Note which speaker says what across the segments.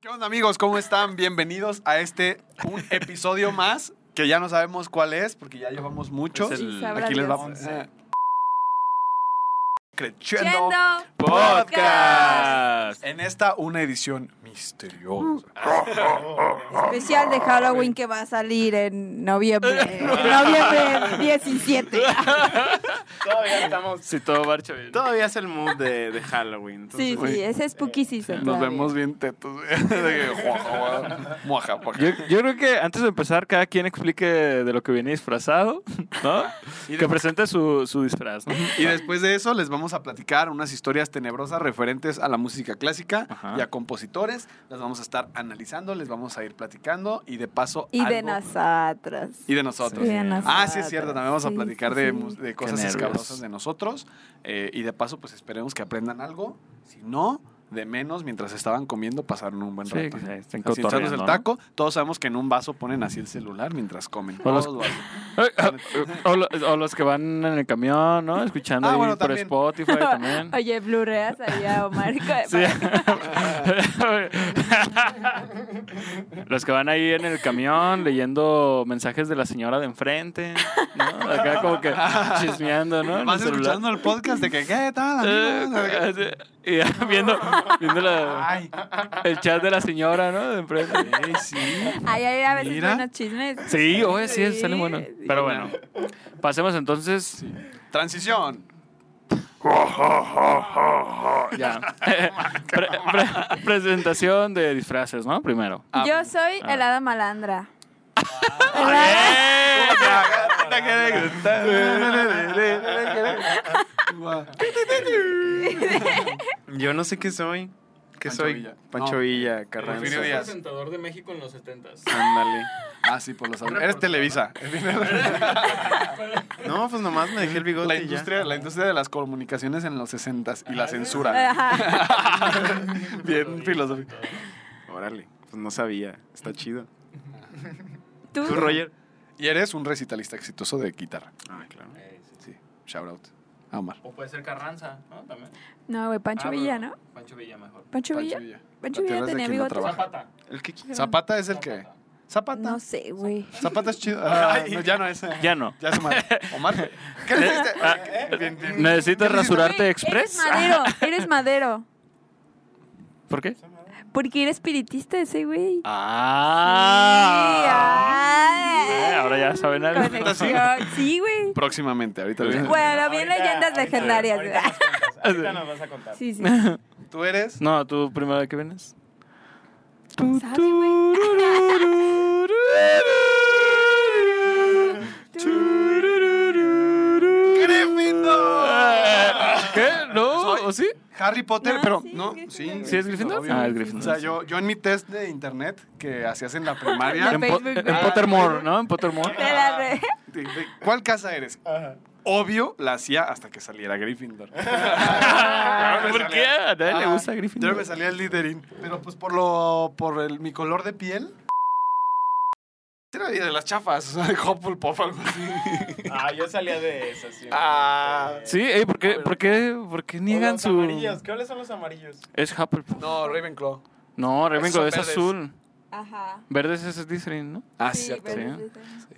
Speaker 1: ¿Qué onda amigos? ¿Cómo están? Bienvenidos a este un episodio más que ya no sabemos cuál es porque ya llevamos muchos.
Speaker 2: Es el- Sí,
Speaker 1: Aquí les
Speaker 2: Dios.
Speaker 1: vamos.
Speaker 2: Once.
Speaker 1: Creciendo
Speaker 2: Podcast.
Speaker 1: en esta una edición misteriosa.
Speaker 3: Especial de Halloween que va a salir en noviembre. en noviembre 17.
Speaker 2: Todavía estamos.
Speaker 4: Si todo marcha bien.
Speaker 2: Todavía es el mood de, de Halloween. entonces-
Speaker 3: Sí, sí, ese es Spooky Season.
Speaker 1: Nos
Speaker 3: todavía.
Speaker 1: vemos bien tetos. güey. De que, guaja, guaja, guaja.
Speaker 4: Yo, yo creo que antes de empezar, cada quien explique de lo que viene disfrazado, ¿no? que presente su, su disfraz. ¿no?
Speaker 1: Y después de eso les vamos a platicar unas historias tenebrosas referentes a la música clásica
Speaker 4: Ajá.
Speaker 1: y a compositores. Las vamos a estar analizando, les vamos a ir platicando y de paso
Speaker 3: Y de
Speaker 1: algo-
Speaker 3: nosotras.
Speaker 1: y de nosotros.
Speaker 3: Y de nosotras.
Speaker 1: Ah, sí es cierto, también vamos a
Speaker 3: Sí,
Speaker 1: platicar
Speaker 3: sí,
Speaker 1: de,
Speaker 3: sí.
Speaker 1: mus- de cosas
Speaker 4: nervios.
Speaker 1: escabrosas de nosotros eh, y de paso pues esperemos que aprendan algo, si no, de menos mientras estaban comiendo pasaron un buen
Speaker 4: Sí,
Speaker 1: rato.
Speaker 4: que se estén
Speaker 1: Así echándose el
Speaker 4: cotorreando,
Speaker 1: taco, todos sabemos que en un vaso ponen así el celular mientras comen.
Speaker 4: O los-
Speaker 1: Todos lo hacen.
Speaker 4: Eh, O, lo- o los que van en el camión, ¿no? Escuchando
Speaker 1: Ah,
Speaker 4: ahí
Speaker 1: bueno,
Speaker 4: por
Speaker 1: también.
Speaker 4: Spotify también.
Speaker 3: Oye, Blu-rays allá, Omar.
Speaker 4: Sí. los que van ahí en el camión leyendo mensajes de la señora de enfrente, ¿no? Acá como que chismeando, ¿no? En el
Speaker 1: Vas
Speaker 4: celular.
Speaker 1: escuchando el podcast de que, ¿qué tal? amigos?"
Speaker 4: Eh, eh, y viendo, viendo la-
Speaker 1: Ay,
Speaker 4: el chat de la señora, ¿no? De enfrente.
Speaker 1: eh, sí.
Speaker 3: Ay, ay, a veces
Speaker 1: Mira.
Speaker 3: buenos chismes.
Speaker 4: Sí, oye, sí,
Speaker 3: Sí,
Speaker 4: sale bueno.
Speaker 3: sí.
Speaker 4: Pero bueno, pasemos entonces.
Speaker 1: Transición.
Speaker 4: Ya. Pre- pre- presentación de disfraces, ¿no? Primero.
Speaker 3: Yo soy el hada malandra.
Speaker 5: Eh.
Speaker 2: Yo no sé qué soy. ¿Qué
Speaker 1: Pancho
Speaker 2: soy?
Speaker 1: Villa.
Speaker 2: Pancho
Speaker 1: No.
Speaker 2: Villa, Carranza.
Speaker 1: Porfirio Díaz.
Speaker 5: presentador de México en los 70s.
Speaker 2: Ándale.
Speaker 1: Ah, sí, por los audios. Eres Televisa.
Speaker 2: No, pues nomás me dejé el bigote.
Speaker 1: La
Speaker 2: y ya.
Speaker 1: industria, la industria de las comunicaciones en los 60 y la censura.
Speaker 3: Ajá.
Speaker 1: Bien filosófico.
Speaker 2: Órale. Pues no sabía. Está chido.
Speaker 3: Tú,
Speaker 2: ¿Tú, Roger?
Speaker 1: Y eres un recitalista exitoso de guitarra.
Speaker 2: Ah, claro.
Speaker 1: Sí, shout out. A Omar.
Speaker 5: O puede ser Carranza, ¿no? También.
Speaker 3: No, güey, Pancho
Speaker 5: Ah,
Speaker 3: Villa,
Speaker 5: pero-
Speaker 3: ¿no?
Speaker 5: Pancho Villa mejor.
Speaker 3: Pancho Villa.
Speaker 1: Villa.
Speaker 3: Pancho
Speaker 1: La
Speaker 3: Villa
Speaker 1: tierra es de
Speaker 3: tenía
Speaker 1: quien no
Speaker 3: bigote.
Speaker 1: trabaja.
Speaker 5: Zapata.
Speaker 2: El que quiera.
Speaker 1: Zapata es el que. Zapata.
Speaker 3: No sé, güey.
Speaker 1: Zapata es chido. Ah, no, ya no es. eh.
Speaker 4: Ya no.
Speaker 1: Ya es Omar. Omar. ¿Qué le hiciste? Eh, bien, bien.
Speaker 4: ¿Necesitas rasurarte
Speaker 3: Güey,
Speaker 4: express?
Speaker 3: Eres madero, eres madero.
Speaker 4: ¿Por qué?
Speaker 3: Porque eres espiritista ese güey.
Speaker 4: Ah.
Speaker 3: Sí, ay.
Speaker 4: Eh, ahora ya saben algo.
Speaker 3: Conexión. Sí, güey.
Speaker 1: Próximamente, ahorita lo dices.
Speaker 3: Bueno, bien leyendas legendarias. güey.
Speaker 5: Ahorita nos vas a contar.
Speaker 3: Sí, sí.
Speaker 1: Tú eres.
Speaker 4: No, tú primero de qué vienes.
Speaker 3: ¿Sabe,
Speaker 1: ¡Gryffindor!
Speaker 4: ¿Qué? ¿No?
Speaker 1: Soy-
Speaker 4: ¿O sí?
Speaker 1: Harry Potter,
Speaker 3: No,
Speaker 1: pero
Speaker 3: Ah, sí,
Speaker 1: no,
Speaker 3: Gryffindor.
Speaker 1: sí.
Speaker 4: ¿Sí es Gryffindor?
Speaker 1: Obvio.
Speaker 4: Ah, es Gryffindor.
Speaker 1: O sea, yo, yo en mi test de internet que hacías en la primaria,
Speaker 4: En, Po-
Speaker 3: Facebook.
Speaker 4: en Pottermore, ¿no? En Pottermore.
Speaker 3: Te la re-
Speaker 1: de- de- ¿cuál casa eres? Obvio, la hacía hasta que saliera Gryffindor.
Speaker 4: Ah, ¿Por qué? A nadie le
Speaker 1: Ah,
Speaker 4: gusta
Speaker 1: Yo me
Speaker 4: Gryffindor.
Speaker 1: salía el Liderin, pero pues por lo por el, mi color de piel era de las chafas, o sea, de Hufflepuff algo así.
Speaker 5: Ah, yo salía de eso, sí. Eh,
Speaker 1: Ah.
Speaker 4: Sí, ey, ¿por qué, por qué, por qué niegan
Speaker 5: Los
Speaker 4: su...?
Speaker 5: amarillos. ¿Qué son los amarillos?
Speaker 4: Es Hufflepuff.
Speaker 1: No, Ravenclaw.
Speaker 4: No, Ravenclaw
Speaker 1: son
Speaker 4: es
Speaker 1: verdes.
Speaker 4: azul.
Speaker 3: Ajá.
Speaker 4: Verde es ese Slytherin, ¿no?
Speaker 1: Ah,
Speaker 3: Sí, pues, pero-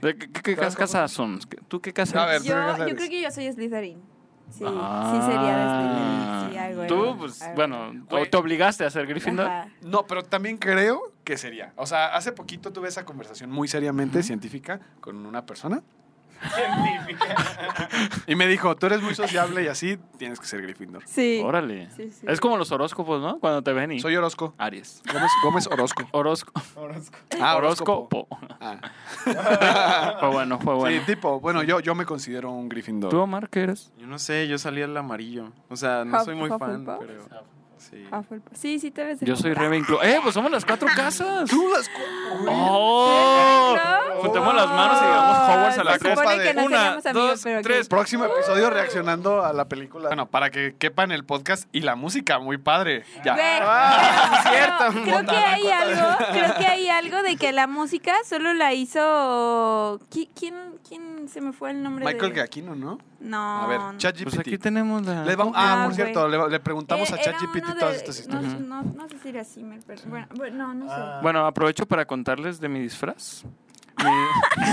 Speaker 4: ¿De ¿Qué, qué, qué
Speaker 1: Claro,
Speaker 4: casa son? ¿Tú qué casa
Speaker 1: A ver,
Speaker 4: eres?
Speaker 1: ¿tú qué casa
Speaker 3: Yo, yo
Speaker 1: eres?
Speaker 3: creo que yo soy Slytherin. Sí,
Speaker 4: Ah.
Speaker 3: sí sería de Slytherin. Sí, algo.
Speaker 4: Tú,
Speaker 3: algo,
Speaker 4: pues,
Speaker 3: algo.
Speaker 4: bueno,
Speaker 1: Güey.
Speaker 4: o te obligaste a ser Gryffindor.
Speaker 3: Ajá.
Speaker 1: No, pero también creo que sería. O sea, hace poquito tuve esa conversación muy seriamente científica con una persona y me dijo, tú eres muy sociable y así tienes que ser Gryffindor.
Speaker 3: Sí.
Speaker 4: Órale.
Speaker 3: Sí, sí.
Speaker 4: Es como los horóscopos, ¿no? Cuando te ven y...
Speaker 1: Soy Orozco.
Speaker 4: Aries.
Speaker 1: Gómez, Gómez Orozco.
Speaker 4: Orozco.
Speaker 1: Ah,
Speaker 4: horóscopo.
Speaker 1: Ah.
Speaker 4: Fue bueno, fue bueno.
Speaker 1: Sí, tipo, bueno, yo, yo me considero un Gryffindor.
Speaker 4: ¿Tú, Omar, qué eres?
Speaker 2: Yo no sé, yo salí al amarillo. O sea, no soy muy fan,
Speaker 3: Hufflepuff.
Speaker 2: pero. Sí.
Speaker 3: Hufflepuff. Sí, sí te ves.
Speaker 4: Yo soy Ravenclaw. ¡Eh, pues somos las cuatro casas!
Speaker 1: Tú las
Speaker 4: ¡Oh!
Speaker 3: ¿Ravenclaw?
Speaker 4: Juntemos las manos y digamos Hogwarts
Speaker 1: la
Speaker 4: a las
Speaker 3: Se
Speaker 4: tres.
Speaker 1: copa
Speaker 3: supone
Speaker 1: de
Speaker 3: que no
Speaker 4: una,
Speaker 3: seríamos amigos,
Speaker 4: dos,
Speaker 3: pero
Speaker 4: tres.
Speaker 1: Próximo episodio reaccionando a la película. Bueno, para que quepa en el podcast y la música, muy padre. Ya.
Speaker 3: Güey,
Speaker 2: Ah,
Speaker 3: creo,
Speaker 2: cierto.
Speaker 3: creo que
Speaker 2: Botarga,
Speaker 3: hay algo, creo que hay algo de que la música solo la hizo ¿qui- quién quién se me fue el nombre
Speaker 1: Michael
Speaker 3: de
Speaker 1: Giacchino, ¿no?
Speaker 3: No.
Speaker 1: A ver,
Speaker 3: no.
Speaker 1: ChatGPT.
Speaker 4: Pues aquí tenemos la.
Speaker 1: Le vamos-
Speaker 3: Ah,
Speaker 1: ah, por
Speaker 3: güey.
Speaker 1: cierto, le, le preguntamos
Speaker 3: Eh,
Speaker 1: a
Speaker 3: era uno
Speaker 1: ChatGPT
Speaker 3: de-
Speaker 1: todas estas
Speaker 3: no,
Speaker 1: historias.
Speaker 3: no, no sé si era así, me per- bueno, bueno, no, no sé.
Speaker 5: Ah.
Speaker 4: Bueno, aprovecho para contarles de mi disfraz. Mi-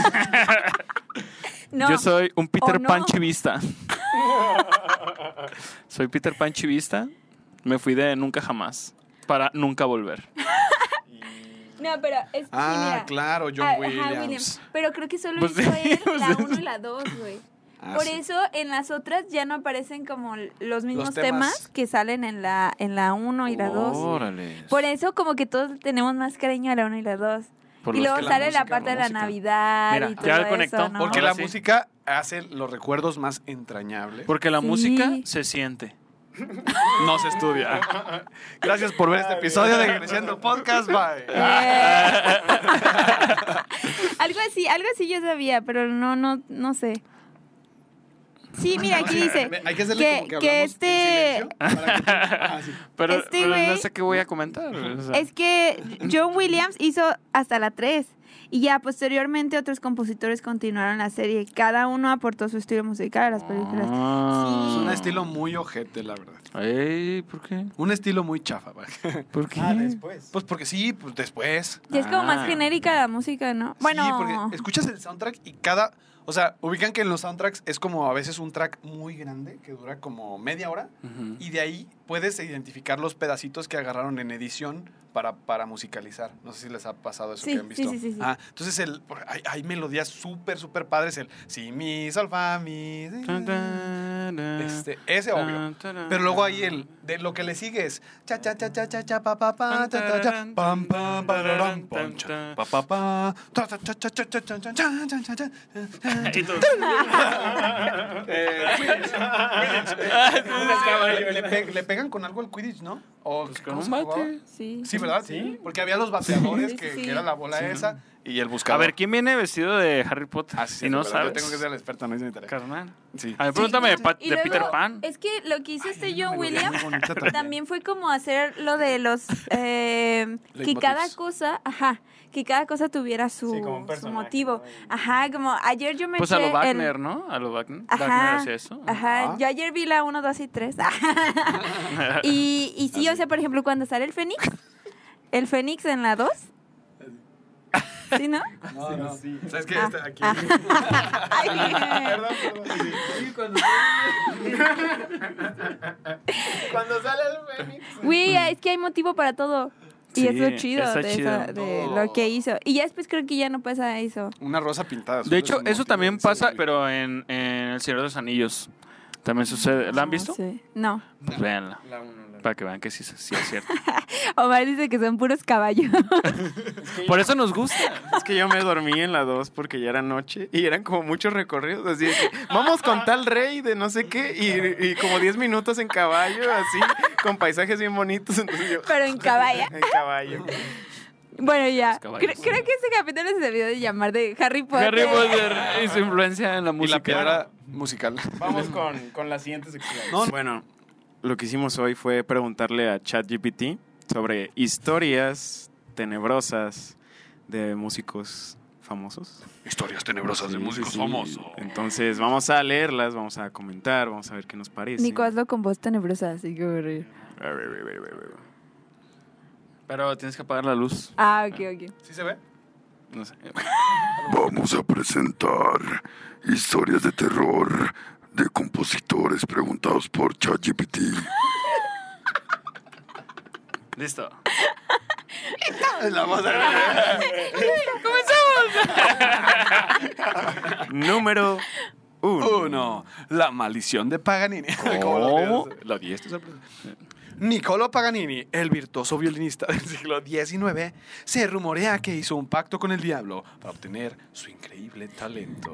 Speaker 3: No.
Speaker 4: Yo soy un Peter
Speaker 3: Oh, no.
Speaker 4: Pan chivista. soy Peter Pan chivista. Me fui de nunca jamás. Para nunca volver.
Speaker 3: No, pero es que
Speaker 1: Ah,
Speaker 3: mira.
Speaker 1: claro, John
Speaker 3: Ah, ajá,
Speaker 1: Williams.
Speaker 3: Pero creo que solo
Speaker 4: Pues
Speaker 3: hizo
Speaker 4: sí,
Speaker 3: él
Speaker 4: pues
Speaker 3: la
Speaker 4: sí.
Speaker 3: 1 y la 2, güey.
Speaker 1: Ah,
Speaker 3: Por
Speaker 1: sí.
Speaker 3: eso en las otras ya no aparecen como l- los mismos temas.
Speaker 1: temas.
Speaker 3: que salen en la en la 1 y la 2.
Speaker 4: Órale.
Speaker 3: Por eso como que todos tenemos más cariño a la 1 y la 2.
Speaker 4: Por
Speaker 3: Y
Speaker 4: los
Speaker 3: luego
Speaker 1: que la
Speaker 3: sale la,
Speaker 1: música,
Speaker 3: parte
Speaker 1: la
Speaker 3: de la
Speaker 1: música.
Speaker 3: Navidad
Speaker 4: Mira,
Speaker 3: y
Speaker 4: ya
Speaker 3: todo
Speaker 4: conectó,
Speaker 3: eso, ¿no?
Speaker 1: Porque
Speaker 4: Ahora
Speaker 1: la
Speaker 4: sí.
Speaker 1: música hace los recuerdos más entrañables.
Speaker 4: Porque la
Speaker 3: Sí.
Speaker 4: música se siente.
Speaker 1: No se estudia. Gracias por ver este episodio de Creciendo Podcast. Bye.
Speaker 3: Eh. algo así, algo así yo sabía, pero no, no, no sé. Sí, mira, aquí dice
Speaker 1: Hay que hacerle como que,
Speaker 3: que
Speaker 1: hablamos en
Speaker 3: este...
Speaker 1: silencio para que tú- Ah, sí.
Speaker 4: Pero,
Speaker 3: Este
Speaker 4: pero no
Speaker 3: güey-
Speaker 4: sé qué voy a comentar. o sea.
Speaker 3: Es que John Williams hizo hasta la 3 y ya posteriormente otros compositores continuaron la serie. Cada uno aportó su estilo musical a las películas.
Speaker 4: Ah.
Speaker 1: Es un estilo muy ojete, la verdad.
Speaker 4: Ey, ¿por qué?
Speaker 1: Un estilo muy chafa. va.
Speaker 4: ¿Por qué?
Speaker 5: Ah, después.
Speaker 1: Pues porque sí, pues después.
Speaker 3: Y es como
Speaker 4: Ah.
Speaker 3: más genérica la música, ¿no? Bueno,
Speaker 1: Sí, porque escuchas el soundtrack y cada. O sea, ubican que en los soundtracks es como a veces un track muy grande que dura como media hora
Speaker 4: Ujú.
Speaker 1: y de ahí puedes identificar los pedacitos que agarraron en edición para, para musicalizar. No sé si les ha pasado eso
Speaker 3: Sí,
Speaker 1: que han visto.
Speaker 3: sí, sí, sí, sí.
Speaker 1: Ah, entonces el, hay, hay melodías súper, súper padres. El si, mi, sol, fa, mi. si,
Speaker 4: Tan, tan, tan.
Speaker 1: Este, ese obvio.
Speaker 4: Tan, tan,
Speaker 1: Pero luego ahí
Speaker 4: tan.
Speaker 1: el de lo que le sigue es cha cha cha cha cha cha pa pa pa cha cha cha pam pam pararam, pam cha, pa pa pa ta, ta, cha cha cha cha cha cha cha cha cha cha cha.
Speaker 4: Y tú-
Speaker 1: Eh, Quidditch. Quidditch. Le- le pe- Le pegan con algo al Quidditch, ¿no? O
Speaker 4: Pues con
Speaker 1: ¿cómo
Speaker 4: un
Speaker 1: se
Speaker 4: bate.
Speaker 1: jugaba?
Speaker 3: sí.
Speaker 1: Sí, ¿verdad? Sí. Porque había los bateadores
Speaker 3: Sí, sí,
Speaker 1: que,
Speaker 3: sí.
Speaker 1: que era la bola esa y el
Speaker 4: A
Speaker 1: buscador.
Speaker 4: ver, ¿quién viene vestido de Harry Potter?
Speaker 1: Ah, sí,
Speaker 4: si
Speaker 1: sí,
Speaker 4: no
Speaker 1: pero
Speaker 4: sabes.
Speaker 1: Yo
Speaker 4: Ah.
Speaker 1: tengo que ser la experta, no hice mi tarea.
Speaker 4: Carnal.
Speaker 1: Sí.
Speaker 4: A ver, pregúntame de, Pat-
Speaker 3: Y
Speaker 4: de
Speaker 3: luego,
Speaker 4: Peter Pan.
Speaker 3: Es que lo que hizo este
Speaker 1: Melodía
Speaker 3: John
Speaker 1: muy
Speaker 3: Williams
Speaker 1: bonita también.
Speaker 3: también fue como hacer lo de los eh, que
Speaker 1: Leitmotivs.
Speaker 3: cada cosa, ajá, que cada cosa tuviera su,
Speaker 5: Sí, como un
Speaker 3: su
Speaker 5: personaje,
Speaker 3: motivo.
Speaker 5: ¿no? Y-
Speaker 3: Ajá, como ayer yo me
Speaker 4: Pues a
Speaker 3: eché
Speaker 4: lo
Speaker 3: el-
Speaker 4: Wagner, ¿no? A lo Wagner.
Speaker 3: Ajá.
Speaker 4: Wagner hacía eso.
Speaker 3: Ajá,
Speaker 1: Ah.
Speaker 3: yo ayer vi la 1, 2 y 3. y, y sí, o sea, por ejemplo, cuando sale el Fénix, el Fénix en la 2. ¿Sí, no?
Speaker 1: No, no.
Speaker 5: Sí.
Speaker 1: ¿Sabes qué?
Speaker 3: Ah,
Speaker 1: Este, aquí.
Speaker 3: ah. Ay,
Speaker 5: Perdón, perdón. Cuando sale el Fénix.
Speaker 3: Güey, es que hay motivo para todo. Y
Speaker 4: Sí,
Speaker 3: es lo chido
Speaker 4: está
Speaker 3: de,
Speaker 4: chido.
Speaker 3: esa- de lo que hizo. Y ya después creo que ya no pasa eso.
Speaker 1: Una rosa pintada.
Speaker 4: De
Speaker 1: solo es
Speaker 4: hecho,
Speaker 1: un
Speaker 4: eso
Speaker 1: motivo
Speaker 4: también
Speaker 1: de
Speaker 4: pasa,
Speaker 1: seguridad.
Speaker 4: pero en, en El Señor de los Anillos. También sucede. ¿La han
Speaker 3: Ah, No
Speaker 4: visto?
Speaker 3: sé. No.
Speaker 4: Pues véanla.
Speaker 5: La uno, la
Speaker 4: Para que vean que sí, sí es cierto.
Speaker 3: Omar dice que son puros caballos.
Speaker 4: Por eso nos gusta.
Speaker 2: Es que yo me dormí en la 2 porque ya era noche y eran como muchos recorridos. Así de que, vamos con tal rey de no sé qué y, y como 10 minutos en caballo, así, con paisajes bien bonitos. Entonces yo,
Speaker 3: Pero en caballo.
Speaker 2: en caballo.
Speaker 3: Bueno, ya.
Speaker 4: Los caballos.
Speaker 3: Cre- creo que ese capítulo se debió de llamar de Harry Potter.
Speaker 4: Harry Potter y su influencia en la
Speaker 1: Y
Speaker 4: música.
Speaker 1: la piedra musical.
Speaker 5: Vamos con, con la siguiente sección.
Speaker 2: Bueno, lo que hicimos hoy fue preguntarle a ChatGPT sobre historias tenebrosas de músicos famosos.
Speaker 1: Historias tenebrosas de
Speaker 2: Sí,
Speaker 1: músicos
Speaker 2: sí.
Speaker 1: famosos.
Speaker 2: Entonces, vamos a leerlas, vamos a comentar, vamos a ver qué nos parece.
Speaker 3: Nico, hazlo con voz tenebrosa, así que...
Speaker 4: Pero tienes que apagar la luz.
Speaker 3: Ah, ok, ok.
Speaker 1: ¿Sí se ve?
Speaker 2: No sé.
Speaker 6: Vamos a presentar historias de terror de compositores preguntados por ChatGPT.
Speaker 4: Listo.
Speaker 1: La voz de-
Speaker 2: Número uno.
Speaker 1: Uno, la maldición de Paganini. Como
Speaker 4: ¿Cómo?
Speaker 1: los- La diestra sorpresa. Niccolo Paganini, el virtuoso violinista del siglo XIX, se rumorea que hizo un pacto con el diablo para obtener su increíble talento.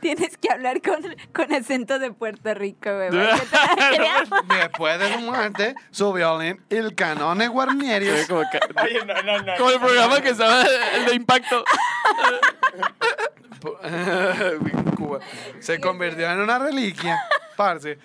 Speaker 3: Tienes que hablar con, con acento de Puerto Rico, güey. para que te la creamos.
Speaker 1: Después de su muerte, su violín, el canone Guarnieri.
Speaker 4: Como, que-
Speaker 5: Oye, no, no, no.
Speaker 4: como el programa que estaba el de impacto.
Speaker 1: Cuba. Se convirtió en una reliquia. Parce.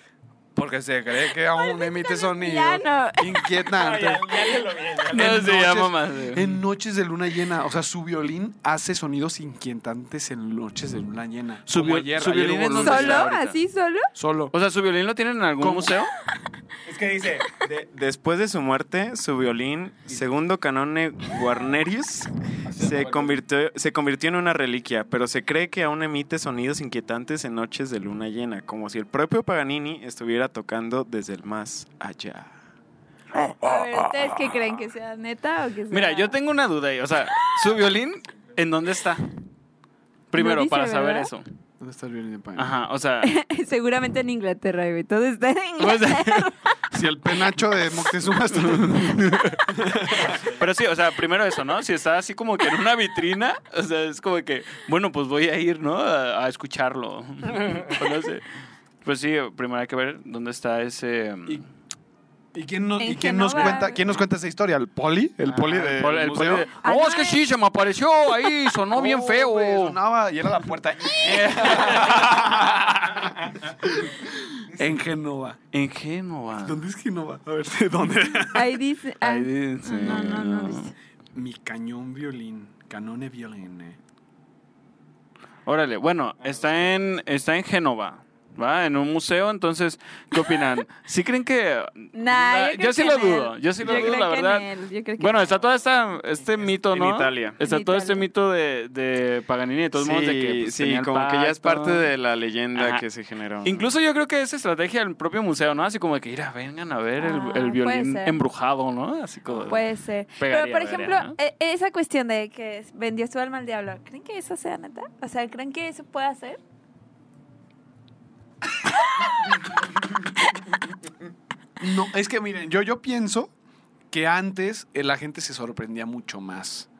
Speaker 1: Porque se cree que aún emite sonido
Speaker 3: lesbiano.
Speaker 1: inquietante.
Speaker 5: Ya, ya te lo vi. ya
Speaker 4: No,
Speaker 1: En
Speaker 4: se
Speaker 1: noches-
Speaker 4: llama más.
Speaker 1: En noches de luna llena, o sea, su violín hace sonidos inquietantes en noches de luna llena.
Speaker 4: Su
Speaker 1: Como
Speaker 4: vi-
Speaker 1: ayer,
Speaker 4: su
Speaker 1: ayer
Speaker 4: violín
Speaker 1: hubo
Speaker 4: es
Speaker 1: luna
Speaker 4: donde
Speaker 1: llena.
Speaker 3: ¿Solo?
Speaker 4: está ahorita?
Speaker 3: ¿Así solo?
Speaker 1: Solo.
Speaker 4: O sea, ¿su violín lo tienen en algún
Speaker 1: ¿Cómo?
Speaker 4: museo?
Speaker 2: Es que dice, de- después de su muerte, su violín, segundo canone Guarnerius, se convirtió, se convirtió en una reliquia, pero se cree que aún emite sonidos inquietantes en noches de luna llena, como si el propio Paganini estuviera tocando desde el más allá.
Speaker 3: A ver, ¿ustedes qué creen? ¿Que sea neta o que sea...?
Speaker 4: Mira, yo tengo una duda ahí. O sea, ¿su violín en dónde está? Primero,
Speaker 3: dice,
Speaker 4: para saber
Speaker 3: ¿verdad?
Speaker 4: eso.
Speaker 1: ¿Dónde está el violín de Paganini?
Speaker 4: Ajá, o sea. pues,
Speaker 3: Seguramente en Inglaterra, güey. Todo está en
Speaker 4: o sea,
Speaker 3: Inglaterra.
Speaker 1: Si el penacho de Moctezuma está...
Speaker 4: Pero sí, o sea, primero eso, ¿no? Si está así como que en una vitrina, o sea, es como que, bueno, pues voy a ir, ¿no? A, a escucharlo. O no sé. Pues sí, primero hay que ver dónde está ese... um,
Speaker 1: Y- ¿Y quién, no-
Speaker 3: En
Speaker 1: y quién nos
Speaker 3: Genova.
Speaker 1: cuenta quién nos cuenta esa historia? ¿El poli? ¿El
Speaker 4: ah,
Speaker 1: poli de
Speaker 4: el poli- el poli de-
Speaker 3: Ah,
Speaker 4: Oh,
Speaker 3: no,
Speaker 4: es que
Speaker 3: es-
Speaker 4: sí, se me apareció ahí, sonó bien feo.
Speaker 1: güey, sonaba y era la puerta. en Genova.
Speaker 4: en Génova.
Speaker 1: ¿Dónde es Genova? A ver, ¿de dónde?
Speaker 3: Ahí dice... ah,
Speaker 4: Ahí dice,
Speaker 3: No, no, no,
Speaker 4: no.
Speaker 3: dice.
Speaker 1: Mi cañón violín. Canone violín. eh.
Speaker 4: Órale, bueno, está en, está en Génova. ¿Va? En un museo, entonces, ¿qué opinan? ¿Sí creen que...?
Speaker 3: Nah,
Speaker 4: Nah,
Speaker 3: yo, creo
Speaker 4: sí
Speaker 3: que
Speaker 4: lo
Speaker 3: en él.
Speaker 4: dudo, yo sí lo
Speaker 3: Yo
Speaker 4: dudo,
Speaker 3: creo
Speaker 4: la
Speaker 3: que en
Speaker 4: verdad.
Speaker 3: él, yo creo que
Speaker 4: Bueno,
Speaker 3: en
Speaker 4: está
Speaker 3: él.
Speaker 4: todo esta- este mito,
Speaker 2: en
Speaker 4: ¿no?
Speaker 2: Italia.
Speaker 4: Está
Speaker 3: En
Speaker 4: todo
Speaker 3: Italia.
Speaker 4: este mito de, de Paganini, de todos modos, de que. pues,
Speaker 2: sí,
Speaker 4: tenía el
Speaker 2: como que ya es
Speaker 4: pacto.
Speaker 2: parte de la leyenda
Speaker 4: Ajá.
Speaker 2: que se generó.
Speaker 4: Incluso yo creo que es estrategia del propio museo, ¿no? Así como de que, mira, vengan a ver el-
Speaker 3: Ah,
Speaker 4: el,
Speaker 3: puede
Speaker 4: violín
Speaker 3: ser.
Speaker 4: embrujado, ¿no? Así como.
Speaker 3: Puede ser.
Speaker 4: Pegaría,
Speaker 3: Pero, por
Speaker 4: pegaría,
Speaker 3: ejemplo,
Speaker 4: ¿no?
Speaker 3: e- esa cuestión de que vendió su alma al diablo, ¿creen que eso sea neta? O sea, ¿creen que eso pueda ser?
Speaker 1: No, es que miren, yo, yo pienso que antes eh, la gente se sorprendía mucho más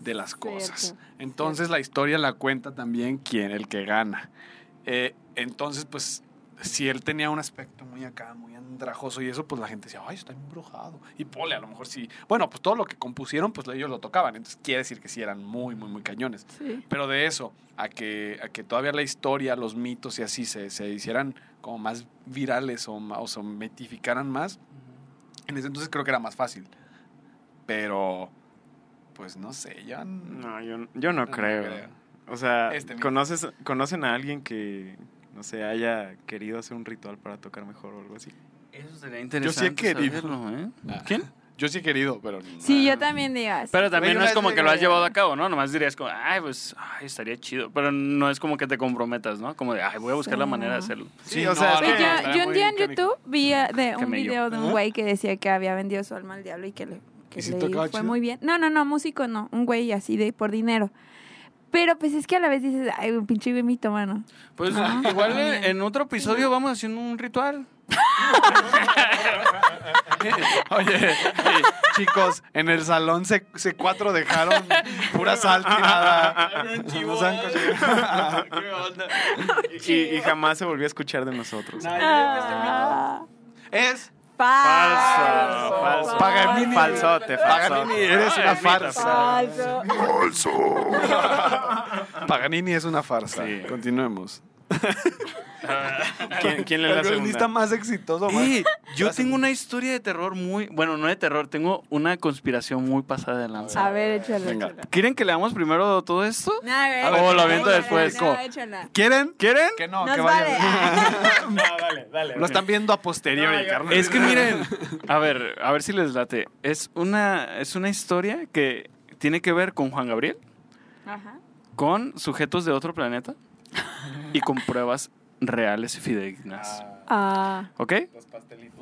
Speaker 1: de las cosas.
Speaker 3: Cierto,
Speaker 1: entonces la historia la cuenta también quien, el que gana. Eh, entonces, pues, si él tenía un aspecto muy acá, muy andrajoso y eso, pues la gente decía, ay, está embrujado. Y Pole, a lo mejor sí. Bueno, pues todo lo que compusieron, pues ellos lo tocaban. Entonces quiere decir que sí eran muy, muy, muy cañones.
Speaker 3: Sí.
Speaker 1: Pero de eso, a que, a que todavía la historia, los mitos y así se, se hicieran como más virales o, ma- o se metificaran más, en ese entonces creo que era más fácil. Pero, pues no sé, ya... n-
Speaker 2: No, yo, yo no,
Speaker 1: No
Speaker 2: creo.
Speaker 1: creo.
Speaker 2: O sea,
Speaker 1: Este mismo.
Speaker 2: ¿conoces, ¿conocen a alguien que, no sé, haya querido hacer un ritual para tocar mejor o algo así?
Speaker 4: Eso sería interesante.
Speaker 1: he querido.
Speaker 4: saberlo, ¿eh?
Speaker 1: Ah.
Speaker 4: ¿Quién?
Speaker 1: Yo sí he querido, pero... no.
Speaker 3: Sí, yo también digo así.
Speaker 4: Pero
Speaker 1: Oye,
Speaker 4: también no
Speaker 1: una
Speaker 4: es como
Speaker 1: vez
Speaker 4: que lo has
Speaker 1: llegué-
Speaker 4: llevado a cabo, ¿no? Nomás dirías como, ay, pues, ay, estaría chido. Pero no es como que te comprometas, ¿no? Como de, ay, voy a buscar la manera de hacerlo.
Speaker 2: Sí, o
Speaker 1: no,
Speaker 2: sea, es
Speaker 1: no,
Speaker 3: Güey,
Speaker 2: que-
Speaker 3: Pues yo-
Speaker 1: estaría
Speaker 3: yo, un
Speaker 1: muy
Speaker 3: día en
Speaker 1: canijo.
Speaker 3: YouTube vi eh, de un
Speaker 4: Camello.
Speaker 3: video de un
Speaker 1: ¿Ah?
Speaker 3: güey que decía que había vendido su alma al diablo y que le, que
Speaker 1: ¿Y si
Speaker 3: le
Speaker 1: tocaba
Speaker 3: fue
Speaker 1: chido?
Speaker 3: muy bien. No, no, no, músico no, un güey así de por dinero. Pero pues es que a la vez dices, ay, un pinche güey mitómano.
Speaker 4: Pues
Speaker 3: Ah,
Speaker 4: igual
Speaker 3: está
Speaker 4: en,
Speaker 3: bien.
Speaker 4: en otro episodio vamos haciendo un ritual.
Speaker 1: Oye, chicos, en el salón C- C4 dejaron pura sal tirada.
Speaker 5: Un
Speaker 1: No
Speaker 5: chivo.
Speaker 1: saben cocinar.
Speaker 5: ¿Qué onda?
Speaker 2: Y, y jamás se volvió a escuchar de nosotros.
Speaker 5: Nah, yo creo que este mito-
Speaker 3: Ah,
Speaker 1: Es
Speaker 3: falso.
Speaker 2: Falso, falso.
Speaker 1: Paganini.
Speaker 2: Falsote,
Speaker 1: Paganini,
Speaker 2: falsote.
Speaker 1: eres una farsa.
Speaker 3: Falso.
Speaker 6: falso,
Speaker 1: Paganini es una farsa. Continuemos.
Speaker 2: ¿Quién, quién le da la
Speaker 1: El violinista
Speaker 2: segunda?
Speaker 1: más exitoso, más-
Speaker 4: Eh, yo tengo una historia de terror muy. Bueno, no de terror, tengo una conspiración muy pasada de lanza.
Speaker 3: A ver, échala.
Speaker 1: Venga.
Speaker 3: échala.
Speaker 4: ¿Quieren que leamos primero todo esto?
Speaker 3: A ver,
Speaker 4: A ver, o lo aviento
Speaker 3: échala,
Speaker 4: después.
Speaker 3: no, échala.
Speaker 1: ¿Quieren?
Speaker 4: ¿Quieren?
Speaker 1: Que no,
Speaker 3: Nos
Speaker 1: que vaya.
Speaker 5: No, dale, dale.
Speaker 1: Lo están viendo a posteriori,
Speaker 5: No, yo-
Speaker 1: carnal.
Speaker 4: Es que miren, a ver, a ver si les late. Es una, es una historia que tiene que ver con Juan Gabriel,
Speaker 3: Ajá.
Speaker 4: con sujetos de otro planeta y con pruebas reales y fidedignas.
Speaker 5: Ah,
Speaker 3: Ah,
Speaker 4: ¿Ok?
Speaker 5: los pastelitos.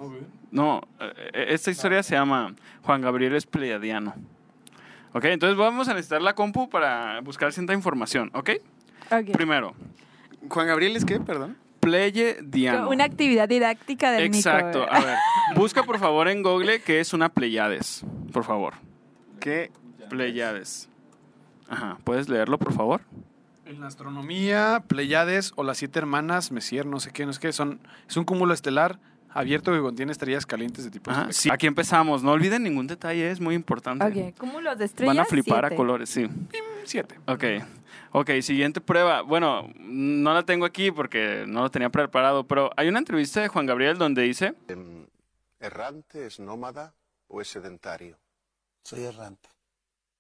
Speaker 4: No, eh, esta historia se llama Juan Gabriel es pleiadiano. ¿Ok? Entonces vamos a necesitar la compu para buscar cierta información. ¿Ok?
Speaker 3: ok.
Speaker 4: Primero,
Speaker 2: Juan Gabriel es qué, perdón.
Speaker 4: pleiadiano.
Speaker 3: Una actividad didáctica del Nico,
Speaker 4: Exacto.
Speaker 3: ¿verdad?
Speaker 4: A ver, busca por favor en Google que es una Pleiades, por favor.
Speaker 2: ¿Qué?
Speaker 4: Pleiades. Ajá, ¿puedes leerlo, por favor?
Speaker 1: En la astronomía, Pleiades o las siete hermanas, Messier, no sé qué, no sé qué, son, es un cúmulo estelar abierto que contiene estrellas calientes de tipo
Speaker 4: Ajá,
Speaker 1: espectral.
Speaker 4: Ah, sí. Aquí empezamos. No olviden ningún detalle, es muy importante.
Speaker 3: Ok, cúmulos de estrellas.
Speaker 4: Van a flipar a
Speaker 3: siete.
Speaker 4: colores, sí.
Speaker 1: Siete.
Speaker 4: Ok. Ok, siguiente prueba. Bueno, no la tengo aquí porque no la tenía preparado, pero hay una entrevista de Juan Gabriel donde dice,
Speaker 7: ¿Errante es nómada o es sedentario?
Speaker 8: Soy errante.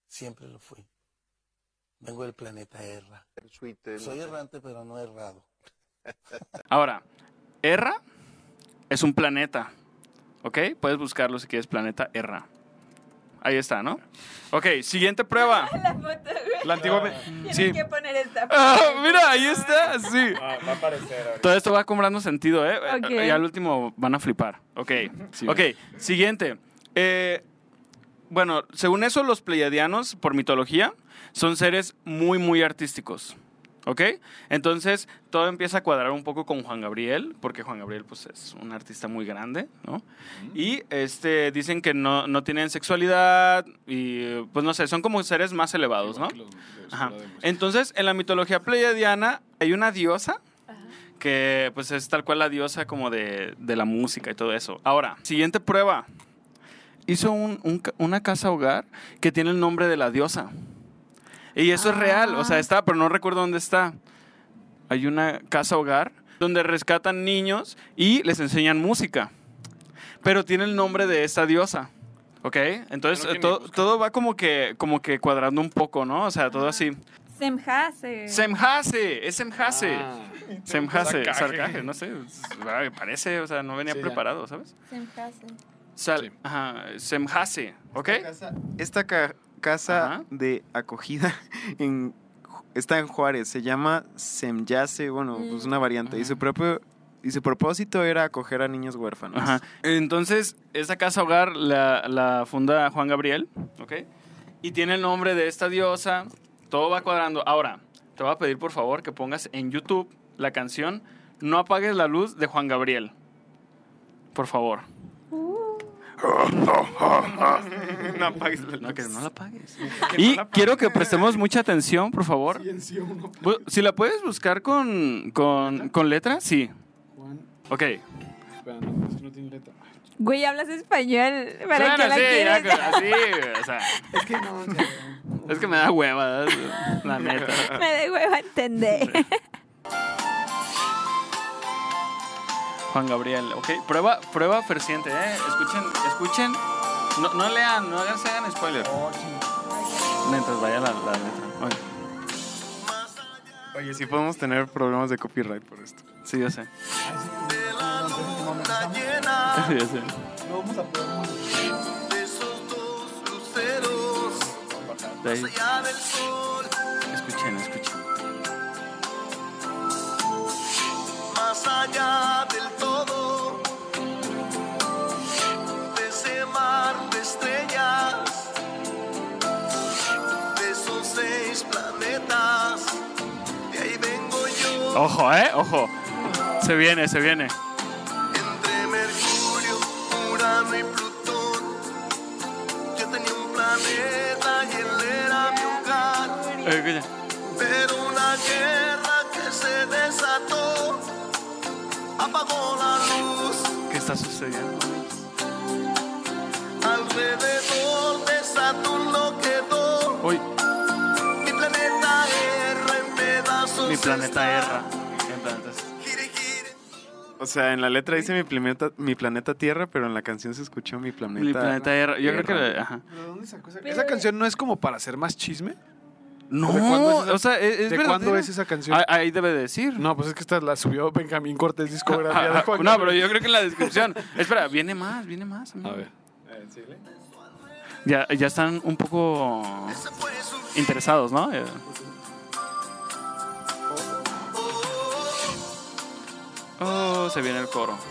Speaker 8: Siempre lo fui. Vengo del planeta Erra.
Speaker 7: Persuite,
Speaker 8: Soy
Speaker 7: no sé.
Speaker 8: errante, pero no errado.
Speaker 4: ahora, Erra es un planeta, ¿ok? Puedes buscarlo si quieres, planeta Erra. Ahí está, ¿no? Ok, siguiente prueba.
Speaker 3: La foto, güey.
Speaker 1: La antigua. me- Sí.
Speaker 3: que poner esta.
Speaker 4: Ah, mira, ahí está, sí.
Speaker 5: Ah, va a aparecer ahorita.
Speaker 4: Todo esto va cobrando sentido, ¿eh?
Speaker 3: Ok.
Speaker 4: Y al último van a flipar. Ok. ok, siguiente. Eh, bueno, según eso, los pleiadianos, por mitología, son seres muy, muy artísticos. ¿Ok? Entonces, todo empieza a cuadrar un poco con Juan Gabriel, porque Juan Gabriel, pues, es un artista muy grande, ¿no? Y, este, dicen que no, no tienen sexualidad y, pues, no sé, son como seres más elevados, ¿no? Ajá. Entonces, en la mitología pleiadiana hay una diosa que pues es tal cual la diosa como de, de la música y todo eso. Ahora, siguiente prueba. Hizo un- un ca- una casa hogar que tiene el nombre de la diosa. Y eso es real, o
Speaker 1: Ah.
Speaker 4: sea, está, pero no recuerdo dónde está. Hay una casa hogar donde rescatan niños y les enseñan música. Pero tiene el nombre de esta diosa. ¿Ok? Entonces
Speaker 1: Creo que
Speaker 4: eh,
Speaker 1: ni
Speaker 4: todo,
Speaker 1: busca.
Speaker 4: todo va como que, como que cuadrando un poco, ¿no? O sea, todo
Speaker 1: Ah,
Speaker 4: así.
Speaker 3: Semhase.
Speaker 4: Semhase, es Semhase.
Speaker 1: Ah.
Speaker 4: Semhase,
Speaker 1: Sarcaje.
Speaker 4: sarcaje, no sé. es- ay, Parece, o sea, no venía
Speaker 1: Sí, ya.
Speaker 4: preparado, ¿sabes?
Speaker 3: Semhase.
Speaker 4: Sal,
Speaker 1: Sí.
Speaker 4: ajá, Semhase, ¿ok?
Speaker 2: Casa- Esta ca- casa
Speaker 4: Ajá.
Speaker 2: de acogida en, Ju- está en Juárez. Se llama Semyase, bueno,
Speaker 3: Mm.
Speaker 2: pues una variante. Y
Speaker 4: Ajá.
Speaker 2: su propio y su propósito era acoger a niños huérfanos.
Speaker 4: Ajá. Entonces, esta casa hogar la, la funda Juan Gabriel, ¿ok? Y tiene el nombre de esta diosa. Todo va cuadrando. Ahora, te voy a pedir por favor que pongas en YouTube la canción No apagues la luz de Juan Gabriel. Por favor.
Speaker 2: No apagues la
Speaker 4: No,
Speaker 2: luz.
Speaker 4: que no la apagues.
Speaker 1: Que
Speaker 4: Y
Speaker 1: no la
Speaker 4: quiero que prestemos mucha atención, por favor.
Speaker 1: paguen, sí, uno.
Speaker 4: Bu- Si la puedes buscar con, con, con letra, sí.
Speaker 1: Juan,
Speaker 4: Ok.
Speaker 1: espera, no, es que no tiene letra.
Speaker 3: Güey, hablas español. ¿Para
Speaker 4: Bueno,
Speaker 3: que la
Speaker 4: sí, ya
Speaker 3: quieres?
Speaker 4: que- así, o sea,
Speaker 1: Es que no,
Speaker 4: es que me da hueva, ¿verdad? la neta.
Speaker 3: Me da hueva entender.
Speaker 4: Juan Gabriel, ok. Prueba, prueba ferciente, ¿eh? Escuchen, escuchen. No, no lean, no hagan, se hagan spoiler. Mientras vaya la, la letra. Ok.
Speaker 2: Oye, sí podemos tener problemas de copyright por esto.
Speaker 4: Sí, yo sé. Yo sé. De ahí. Escuchen, escuchen.
Speaker 7: Más allá del todo, de ese mar de estrellas, de esos seis planetas, de ahí vengo yo.
Speaker 4: Ojo, ¿eh? Ojo. Se viene, se viene.
Speaker 7: Entre Mercurio, Urano y Plutón, yo tenía un planeta y él era mi hogar,
Speaker 4: Eh, escuchen.
Speaker 7: pero una guerra que se desató apagó la luz.
Speaker 4: ¿Qué está sucediendo?
Speaker 7: Alrededor de Saturno quedó
Speaker 4: Uy,
Speaker 7: mi planeta Tierra en pedazos.
Speaker 4: mi planeta
Speaker 7: está.
Speaker 4: erra. En planetas.
Speaker 7: Gire, gire.
Speaker 2: O sea, en la letra dice mi planeta, mi planeta Tierra, pero en la canción se escuchó mi planeta.
Speaker 4: Mi planeta erra. Yo creo que.
Speaker 2: Tierra.
Speaker 4: le- Ajá.
Speaker 1: ¿De dónde sacó esa?
Speaker 3: Pero-
Speaker 1: ¿Esa canción no es como para hacer más chisme?
Speaker 4: No,
Speaker 1: ¿De cuándo es esa-
Speaker 4: o sea, es, es
Speaker 1: ¿De cuándo
Speaker 4: verdadera.
Speaker 1: es esa canción?
Speaker 4: Ah, Ahí debe decir.
Speaker 1: No, pues es que esta la subió Benjamín Cortés discografía de
Speaker 4: Ah, ah,
Speaker 1: Juan.
Speaker 4: no, pero
Speaker 1: Gabriel.
Speaker 4: yo creo que en la descripción. Espera, viene más, viene más. amigo.
Speaker 1: A ver.
Speaker 4: Ya, ya están un poco
Speaker 7: Se fue su
Speaker 4: interesados, ¿no? Eh, Oh, se viene el coro.
Speaker 7: que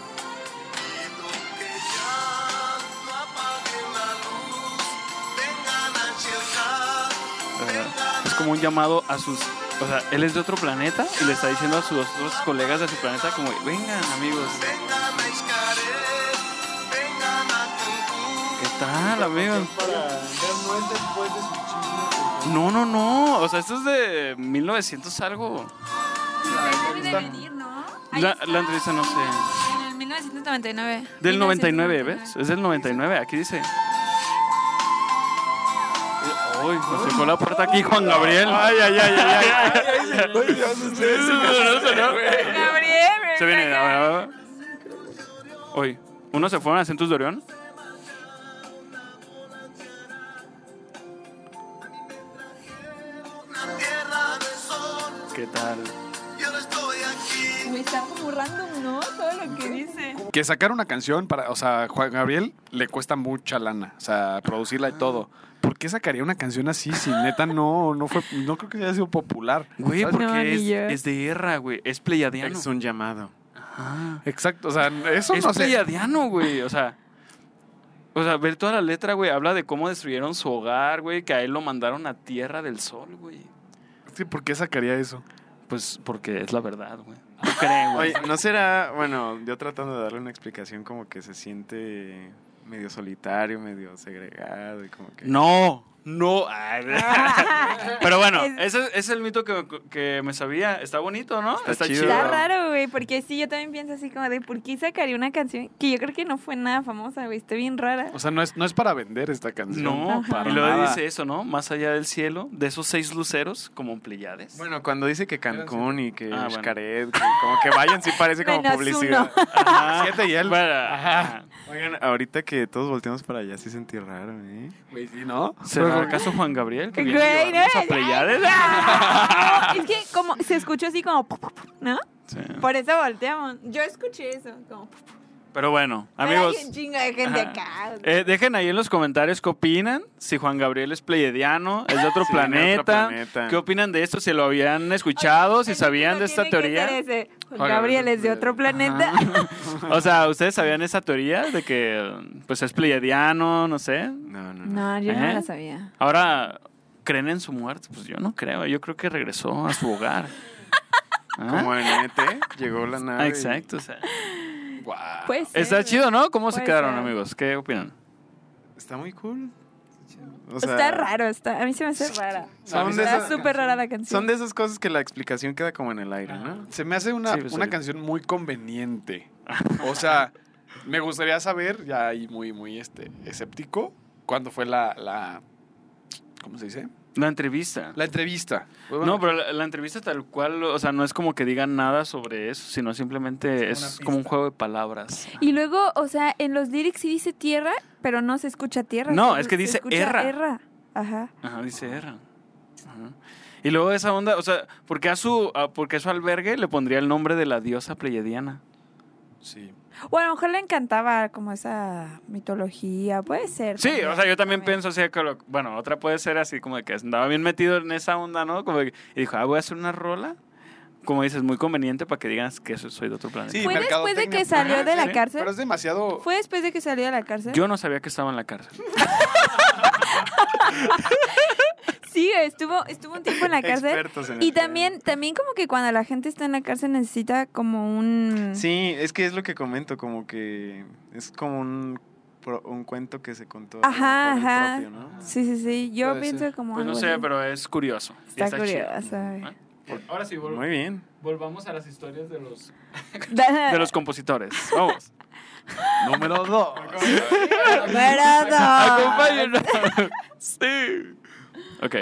Speaker 7: ya no apaguen la luz. Vengan a checar.
Speaker 4: Eh, es como un llamado a sus. O sea, él es de otro planeta y le está diciendo a sus otros colegas de su planeta, como, vengan, amigos.
Speaker 7: Vengan a Xcaret. Vengan a Cancún.
Speaker 4: ¿Qué tal, amigos?
Speaker 5: Para ver, no es después de su chisme.
Speaker 4: No, no, no. O sea, esto es de 1900 algo.
Speaker 3: ¿no?
Speaker 4: La, la entrevista no sé.
Speaker 3: En el 1999.
Speaker 4: Del 99, ¿ves? Es del 99, aquí dice. Eh, Nos tocó la puerta aquí Juan Gabriel. Ay, ay, ay, ay.
Speaker 3: Gabriel.
Speaker 4: Se viene. a ver, a ver. Oye, ¿unos se fueron a Centros de Orión?
Speaker 7: tierra de sol.
Speaker 4: ¿Qué tal?
Speaker 7: Y ahora estoy aquí.
Speaker 3: Me está como random, ¿no? Todo lo que dice.
Speaker 1: Que sacar una canción para, o sea, Juan Gabriel le cuesta mucha lana, o sea, producirla y
Speaker 4: Ah.
Speaker 1: todo. ¿Por qué sacaría una canción así si neta no, no fue, no creo que haya sido popular?
Speaker 4: Güey,
Speaker 1: ¿sabes?
Speaker 4: porque
Speaker 3: No, ni
Speaker 4: es,
Speaker 3: yo.
Speaker 4: es de guerra, güey. Es pleyadiano.
Speaker 2: Es un llamado.
Speaker 1: Exacto, o sea, eso
Speaker 4: es
Speaker 1: no sé.
Speaker 4: pleyadiano, güey. O sea, o sea, ver toda la letra, güey. Habla de cómo destruyeron su hogar, güey. Que a él lo mandaron a Tierra del Sol, güey.
Speaker 1: Sí, ¿Por qué sacaría eso?
Speaker 4: Pues porque es la verdad, güey. No creen, güey.
Speaker 2: Oye, ¿no será, bueno, yo tratando de darle una explicación como que se siente medio solitario, medio segregado y como que...
Speaker 4: No, no. Ay, Pero bueno,
Speaker 3: Es-
Speaker 4: ese, ese es el mito que, que me sabía. Está bonito, ¿no?
Speaker 2: Está chido.
Speaker 3: Está raro, güey, porque sí, yo también pienso así como de ¿por qué sacaría una canción que yo creo que no fue nada famosa, güey? Está bien rara.
Speaker 1: O sea, no es, no es para vender esta canción.
Speaker 4: No,
Speaker 1: para
Speaker 4: Pues, y luego
Speaker 1: nada.
Speaker 4: dice eso, ¿no? Más allá del cielo, de esos seis luceros como pleyades.
Speaker 2: Bueno, cuando dice que Cancún y que
Speaker 4: Ah, bueno.
Speaker 2: Xcaret, que como que vayan, sí parece como
Speaker 3: Menos
Speaker 2: publicidad.
Speaker 4: Ajá.
Speaker 2: Siete y él.
Speaker 4: Bueno, ajá.
Speaker 2: Oigan, ahorita que todos volteamos para allá, sí sentí raro, ¿eh?
Speaker 1: Güey, sí, ¿no?
Speaker 4: ¿Será acaso Juan Gabriel? Que viene
Speaker 3: Güey,
Speaker 4: a llevarnos a ¿eh?
Speaker 3: es-
Speaker 4: Pleiades?
Speaker 3: Ay, no, Es que como se escuchó así como, pu, pu, pu, ¿no?
Speaker 4: Sí.
Speaker 3: Por eso volteamos. Yo escuché eso, como, pu, pu.
Speaker 4: Pero bueno,
Speaker 3: Pero
Speaker 4: amigos,
Speaker 3: hay un chingo de gente
Speaker 4: Ajá.
Speaker 3: acá.
Speaker 4: eh, dejen ahí en los comentarios qué opinan. Si Juan Gabriel es pleiadiano, es de otro,
Speaker 2: Sí, de otro
Speaker 4: planeta.
Speaker 2: planeta.
Speaker 4: ¿Qué opinan de esto? Si lo habían escuchado, si
Speaker 3: El
Speaker 4: sabían de
Speaker 3: mundo
Speaker 4: esta
Speaker 3: tiene que
Speaker 4: teoría. pues,
Speaker 3: ser ese. Juan
Speaker 1: Juan
Speaker 3: Gabriel
Speaker 1: Gabriel
Speaker 3: es de
Speaker 1: es
Speaker 3: otro planeta.
Speaker 4: O sea, ¿ustedes sabían esa teoría de que pues es pleiadiano, no sé?
Speaker 2: No, no,
Speaker 3: No,
Speaker 2: no.
Speaker 3: yo no
Speaker 4: ¿Eh?
Speaker 3: la sabía.
Speaker 4: Ahora, ¿creen en su muerte? Pues yo no creo. Yo creo que regresó a su hogar. Ah,
Speaker 2: Como en ET, llegó la
Speaker 4: ah,
Speaker 2: nave. y-
Speaker 4: exacto. o sea,
Speaker 3: Pues.
Speaker 4: está chido, ¿no? ¿Cómo se
Speaker 3: Puede
Speaker 4: quedaron,
Speaker 3: ser.
Speaker 4: amigos? ¿Qué opinan?
Speaker 2: Está muy cool. O
Speaker 3: está raro, está, a mí se me hace rara.
Speaker 2: Son de,
Speaker 3: Está
Speaker 2: esas,
Speaker 3: súper rara la canción.
Speaker 2: son de esas cosas que la explicación queda como en el aire, ¿no?
Speaker 3: Ah.
Speaker 1: Se me hace una,
Speaker 4: Sí, pues,
Speaker 1: una
Speaker 4: ahorita.
Speaker 1: canción muy conveniente. O sea, me gustaría saber, ya ahí muy, muy este, escéptico, cuándo fue la, la. ¿Cómo se dice?
Speaker 4: La entrevista.
Speaker 1: La entrevista.
Speaker 4: No, pero la, la entrevista tal cual, o sea, no es como que digan nada sobre eso, sino simplemente
Speaker 1: Es como una
Speaker 4: es como un
Speaker 1: pista.
Speaker 4: juego de palabras.
Speaker 3: Y luego, o sea, en los lyrics sí dice tierra, pero no se escucha tierra.
Speaker 4: No,
Speaker 3: se-
Speaker 4: es que
Speaker 3: se
Speaker 4: dice
Speaker 3: escucha
Speaker 4: erra.
Speaker 3: Ajá.
Speaker 4: Ajá, dice R. Ajá. Y luego esa onda, o sea, porque a su, a- porque a su albergue le pondría el nombre de la diosa pleiadiana.
Speaker 1: Sí.
Speaker 3: O a lo mejor le encantaba como esa mitología, puede ser.
Speaker 4: Sí, o sea, yo también pienso así, que lo- bueno, otra puede ser así como de que andaba bien metido en esa onda, ¿no? Como que, y dijo, ah, voy a hacer una rola. Como dices, muy conveniente para que digas que so- soy de otro planeta.
Speaker 1: Sí,
Speaker 3: ¿Fue después de
Speaker 1: mercadotecnia.
Speaker 3: que salió de la
Speaker 4: sí,
Speaker 3: cárcel?
Speaker 1: Pero es demasiado.
Speaker 3: ¿Fue después de que salió de la cárcel?
Speaker 4: Yo no sabía que estaba en la cárcel.
Speaker 3: Sí, estuvo, estuvo un tiempo en la cárcel.
Speaker 2: Expertos en el
Speaker 3: Y
Speaker 2: tema.
Speaker 3: también, también como que cuando la gente está en la cárcel necesita como un...
Speaker 2: Sí, es que es lo que comento, como que es como un, pro- un cuento que se contó.
Speaker 3: Ajá,
Speaker 2: a lo mejor
Speaker 3: ajá.
Speaker 2: el propio, ¿no?
Speaker 3: Sí, sí, sí. Yo
Speaker 1: Puede
Speaker 3: pienso
Speaker 1: ser.
Speaker 3: como...
Speaker 4: Pues no
Speaker 3: algo
Speaker 4: sé,
Speaker 3: así.
Speaker 4: pero es curioso. Y
Speaker 3: Está curioso,
Speaker 4: chido.
Speaker 3: güey.
Speaker 4: Ah. Ahora sí, vol-
Speaker 2: Muy bien.
Speaker 4: volvamos a las historias de los, de
Speaker 3: Pero
Speaker 4: los compositores. Vamos.
Speaker 1: Número dos.
Speaker 3: Ah.
Speaker 4: Acompáñenos. sí. Ok.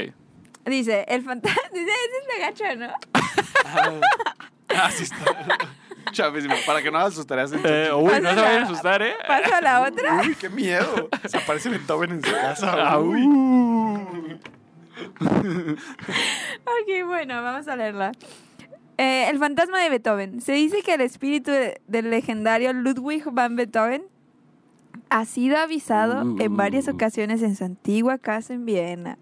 Speaker 3: Dice, el fantasma... Dice, ese es la gacha, ¿no?
Speaker 1: Así está. Chavísimo, para que no hagas sus tareas en
Speaker 4: Eh,
Speaker 1: chiquito.
Speaker 4: uy, no
Speaker 3: Pásala.
Speaker 4: se vayan a asustar, ¿eh?
Speaker 3: Paso a la otra.
Speaker 1: Uy, qué miedo. Se aparece Beethoven en su casa.
Speaker 4: Ah,
Speaker 1: Uy.
Speaker 3: Ok, bueno, vamos a leerla. Eh, el fantasma de Beethoven. Se dice que el espíritu de- del legendario Ludwig van Beethoven ha sido avisado en varias ocasiones en su antigua casa en Viena,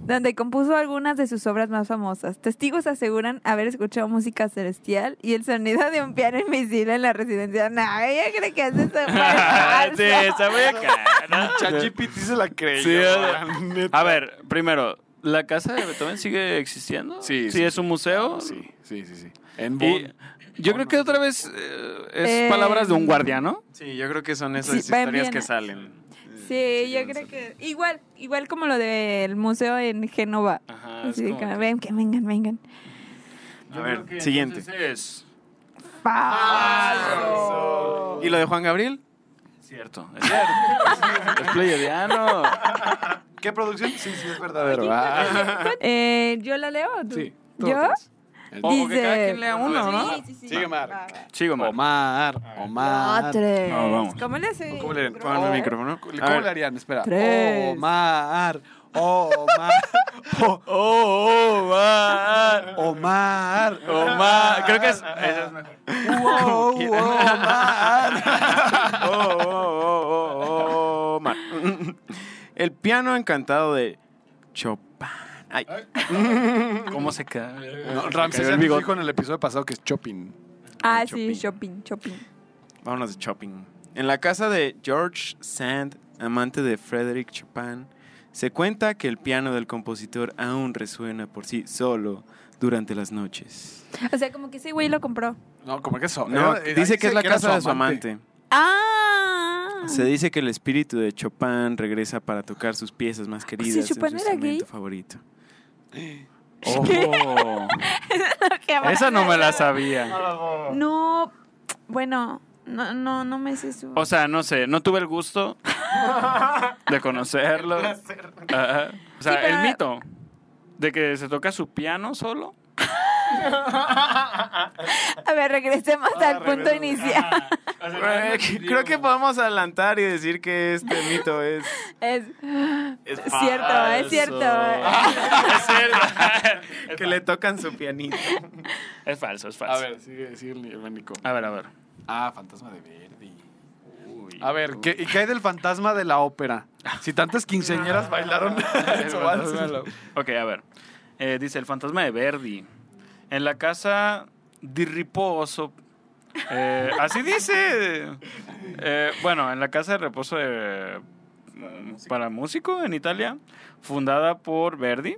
Speaker 3: donde compuso algunas de sus obras más famosas. Testigos aseguran haber escuchado música celestial y el sonido de un piano invisible en la residencia. No, ella cree que es eso. fue falso.
Speaker 4: sí, está muy acá, ¿no?
Speaker 1: ChatGPT se la creyó.
Speaker 4: Sí,
Speaker 1: la
Speaker 4: a-
Speaker 1: neta.
Speaker 4: A ver, primero, ¿la casa de Beethoven sigue existiendo?
Speaker 1: Sí,
Speaker 4: ¿Sí,
Speaker 1: sí.
Speaker 4: es un museo?
Speaker 1: Sí, sí, sí, sí. En
Speaker 4: Y
Speaker 1: Bonn.
Speaker 4: yo creo que otra vez eh, es
Speaker 3: Eh,
Speaker 4: palabras de un guardiano.
Speaker 2: Sí, yo creo que son esas
Speaker 3: Sí, ¿eh? va en
Speaker 2: historias que
Speaker 3: Viena.
Speaker 2: salen.
Speaker 3: Sí, yo creo que igual, igual como lo del museo en Génova.
Speaker 4: Ajá.
Speaker 3: Así de Ah, que ven, que vengan, vengan.
Speaker 2: A ver, siguiente.
Speaker 4: Es
Speaker 3: Falso.
Speaker 2: ¿Y lo de Juan Gabriel?
Speaker 4: cierto. Es cierto. es pleiadiano.
Speaker 1: ¿Qué producción? Sí, sí, es verdadero. Ah,
Speaker 3: Eh, ¿Yo la leo o tú?
Speaker 1: sí. tú
Speaker 3: ¿Yo?
Speaker 1: otra vez.
Speaker 4: O, o que cada
Speaker 3: Dice-
Speaker 4: quien lea uno, ¿no?
Speaker 3: Sí, sí, sí.
Speaker 1: Sigue, Mar.
Speaker 3: Va, va.
Speaker 4: Sigo, Omar.
Speaker 1: Omar, Omar.
Speaker 3: Tres.
Speaker 4: No, vamos.
Speaker 3: ¿Cómo le hace?
Speaker 1: ¿Cómo le,
Speaker 2: Ponme el micrófono.
Speaker 1: ¿Cómo
Speaker 2: A ver.
Speaker 1: le harían? Espera.
Speaker 3: Oh, Tres.
Speaker 1: Omar. Omar. O-
Speaker 4: Oh, Omar.
Speaker 1: Omar.
Speaker 4: Omar. Creo que es. esa es mejor.
Speaker 1: Wow, wow, Omar.
Speaker 2: Oh, oh, oh, oh, oh, Omar. El piano encantado de Chopin. Ay,
Speaker 4: ¿Cómo se queda?
Speaker 1: No, Ramses ya nos dijo en el episodio pasado que es Chopin.
Speaker 3: Ah,
Speaker 2: Chopin.
Speaker 3: sí, shopping, shopping.
Speaker 2: vámonos de Chopin. En la casa de George Sand, amante de Frederick Chopin, se cuenta que el piano del compositor aún resuena por sí solo durante las noches.
Speaker 3: O sea, como que ese güey lo compró.
Speaker 1: No, como que eso.
Speaker 2: No,
Speaker 1: Era-
Speaker 2: dice que es la
Speaker 1: era
Speaker 2: casa de su amante.
Speaker 3: Ah.
Speaker 2: Se dice que el espíritu de Chopin regresa para tocar sus piezas más queridas en su
Speaker 3: Pues Chopin era gay?
Speaker 2: instrumento favorito.
Speaker 4: Oh,
Speaker 3: ¿Qué va?
Speaker 4: esa no me la sabía.
Speaker 3: No, bueno, no, no, no me sé su.
Speaker 4: O sea, no sé, no tuve el gusto de conocerlo. Ajá. O sea,
Speaker 3: Sí, pero-
Speaker 4: el mito de que se toca su piano solo.
Speaker 3: A ver, regresemos
Speaker 4: ah,
Speaker 3: al punto inicial.
Speaker 2: Eh, Creo que podemos adelantar y decir que este mito es...
Speaker 3: Es,
Speaker 2: es
Speaker 3: cierto, es cierto.
Speaker 4: es cierto.
Speaker 2: Que le tocan su pianito.
Speaker 4: Es falso, es falso.
Speaker 1: A ver, sigue, sigue el manico.
Speaker 4: a ver. A ver.
Speaker 1: Ah, fantasma de Verdi. A ver, ¿qué, ¿y qué hay del fantasma de la ópera? Si tantas quinceañeras bailaron su vals.
Speaker 4: Ok, a ver. Eh, dice el fantasma de Verdi. En la casa di reposo. eh, así dice. Eh, bueno, en la casa de reposo de- mm, para músico en Italia, fundada por Verdi,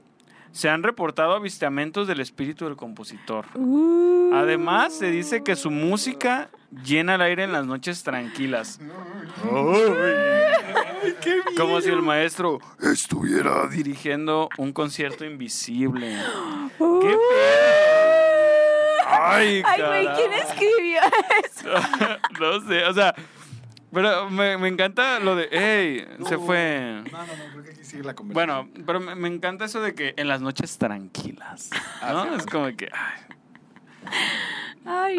Speaker 4: se han reportado avistamientos del espíritu del compositor.
Speaker 3: Uh.
Speaker 4: Además, se dice que su música llena el aire en las noches tranquilas. Como si el maestro
Speaker 6: Estuviera di-
Speaker 4: dirigiendo un concierto invisible.
Speaker 3: Uh.
Speaker 4: ¿Qué Ay,
Speaker 3: Ay, güey,
Speaker 4: carajo.
Speaker 3: ¿quién escribió eso?
Speaker 4: no sé, o sea, pero me, me encanta lo de, hey, se fue.
Speaker 1: No, no, no, creo que aquí sigue la conversación.
Speaker 4: Bueno, pero me, me encanta eso de que en las noches tranquilas,
Speaker 1: sí,
Speaker 4: ¿no?
Speaker 1: sí.
Speaker 4: Es como que, ay,
Speaker 3: Ay,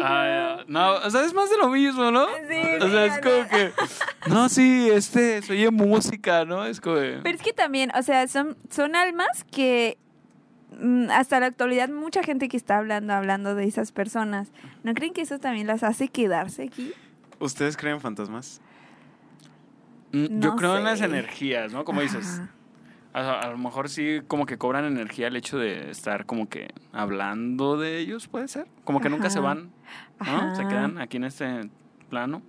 Speaker 4: ay, ah,
Speaker 3: no.
Speaker 4: no, o sea, es más de lo mismo, ¿no?
Speaker 3: Sí,
Speaker 4: o sea,
Speaker 3: sí,
Speaker 4: es
Speaker 3: no.
Speaker 4: como que, no, sí, este, se oye música, ¿no? Es como, de-
Speaker 3: Pero es que también, o sea, son, son almas que mm, hasta la actualidad mucha gente que está hablando, hablando de esas personas, ¿no creen que eso también las hace quedarse aquí?
Speaker 2: ¿Ustedes creen fantasmas?
Speaker 4: Mm, yo
Speaker 3: no
Speaker 4: creo en las
Speaker 3: sé.
Speaker 4: energías, ¿no? Como dices.
Speaker 3: Ajá.
Speaker 4: A, a lo mejor sí, como que cobran energía el hecho de estar como que hablando de ellos, puede ser. Como que nunca se
Speaker 3: Ajá.
Speaker 4: van, ¿no? Se
Speaker 3: Ajá.
Speaker 4: quedan aquí en este plano.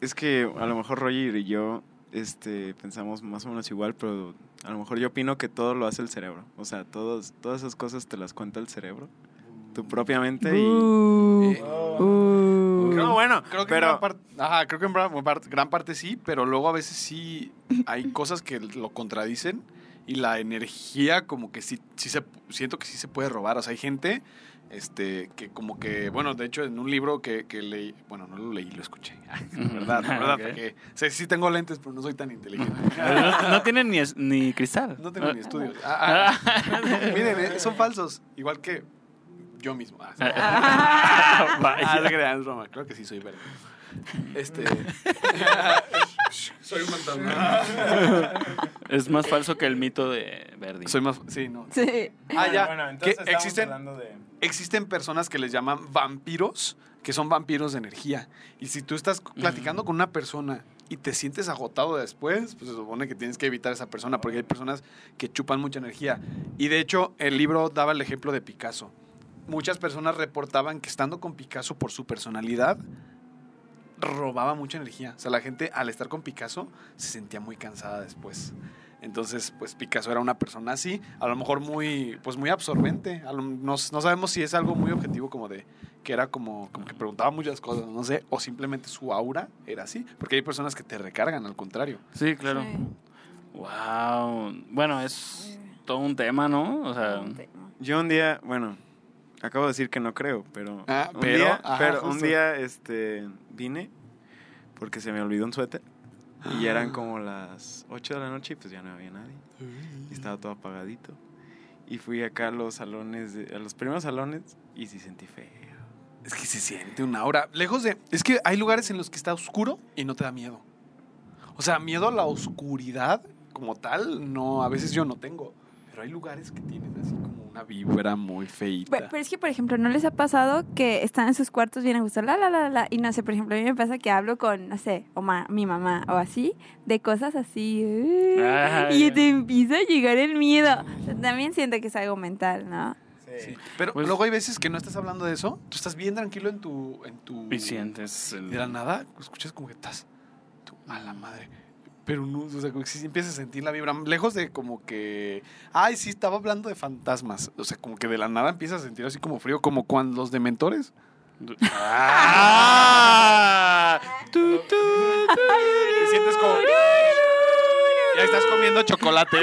Speaker 2: Es que a lo mejor Roger y yo este, pensamos más o menos igual, pero a lo mejor yo opino que todo lo hace el cerebro. O sea, todos, todas esas cosas te las cuenta el cerebro, tu propia mente y...
Speaker 4: Uh.
Speaker 3: Uh,
Speaker 4: Eh,
Speaker 2: No, bueno,
Speaker 1: Creo que
Speaker 2: pero...
Speaker 1: en gran parte, ajá, creo que en gran parte, gran parte sí, pero luego a veces sí hay cosas que lo contradicen y la energía como que sí, sí se, siento que sí se puede robar. O sea, hay gente este, que como que, bueno, de hecho en un libro que, que leí, bueno, no lo leí, lo escuché, verdad, la verdad,
Speaker 4: Ah, Ok.
Speaker 1: porque o sea, sí tengo lentes, pero no soy tan inteligente.
Speaker 4: No, no tienen ni, es- ni cristal.
Speaker 1: No tengo ni estudios. Ah,
Speaker 4: Ah.
Speaker 1: ah. Miren, eh, son falsos, igual que yo mismo. Ah, sí. Ah,
Speaker 4: Vaya.
Speaker 1: se crean, es broma. Claro que sí, soy verde. Este. soy un fantasma.
Speaker 4: Es más falso que el mito de Verdi.
Speaker 1: Soy más. Sí, no.
Speaker 3: Sí.
Speaker 1: Ah, ya.
Speaker 5: Bueno,
Speaker 1: que
Speaker 5: entonces estamos
Speaker 1: existen,
Speaker 5: hablando de...
Speaker 1: existen personas que les llaman vampiros, que son vampiros de energía. Y si tú estás platicando con una persona y te sientes agotado después, pues se supone que tienes que evitar a esa persona, porque hay personas que chupan mucha energía. Y de hecho, el libro daba el ejemplo de Picasso. Muchas personas reportaban que estando con Picasso por su personalidad, robaba mucha energía. O sea, la gente al estar con Picasso se sentía muy cansada después. Entonces, pues Picasso era una persona así, a lo mejor muy, pues muy absorbente. A lo- no, no sabemos si es algo muy objetivo como de que era como, como que preguntaba muchas cosas, no sé, o simplemente su aura era así, porque hay personas que te recargan, al contrario.
Speaker 4: Sí, claro. Wow. Bueno, es todo un tema, ¿no? O sea,
Speaker 2: Yo un día, bueno, acabo de decir que no creo, pero
Speaker 1: Ah,
Speaker 2: un
Speaker 1: pero,
Speaker 2: día,
Speaker 1: ajá,
Speaker 2: pero un
Speaker 1: justo.
Speaker 2: día este vine porque se me olvidó un suéter Y ya eran
Speaker 1: Ah.
Speaker 2: como las 8 de la noche y pues ya no había nadie. Y estaba todo apagadito. Y fui acá a los salones, de- a los primeros salones y sí sentí feo.
Speaker 1: Es que se siente una aura. Lejos de. Es que hay lugares en los que está oscuro y no te da miedo. O sea, miedo a la oscuridad como tal, no, a veces yo no tengo. Pero hay lugares que tienen así como una vibra muy feita.
Speaker 3: Pero, pero es que, por ejemplo, ¿no les ha pasado que están en sus cuartos bien a gusto, la, la, la, la, y no sé, por ejemplo, a mí me pasa que hablo con, no sé, o ma- mi mamá o así, de cosas así, ¡eh!
Speaker 4: Ay.
Speaker 3: y te empieza a llegar el miedo. También siento que es algo mental, ¿no?
Speaker 1: Sí. Pero
Speaker 4: Pues-
Speaker 1: luego hay veces que no estás hablando de eso. Tú estás bien tranquilo en tu. En tu
Speaker 4: Y sientes
Speaker 1: y
Speaker 4: el-
Speaker 1: de la nada, escuchas como que estás. Tú, a la madre. Pero no, o sea, como que sí empiezas a sentir la vibra. Lejos de como que. Ay, sí, estaba hablando de fantasmas. O sea, como que de la nada empiezas a sentir así como frío, como cuando los dementores.
Speaker 4: ¡Ah! Tu, tu,
Speaker 1: Te sientes como. Ya estás comiendo chocolate.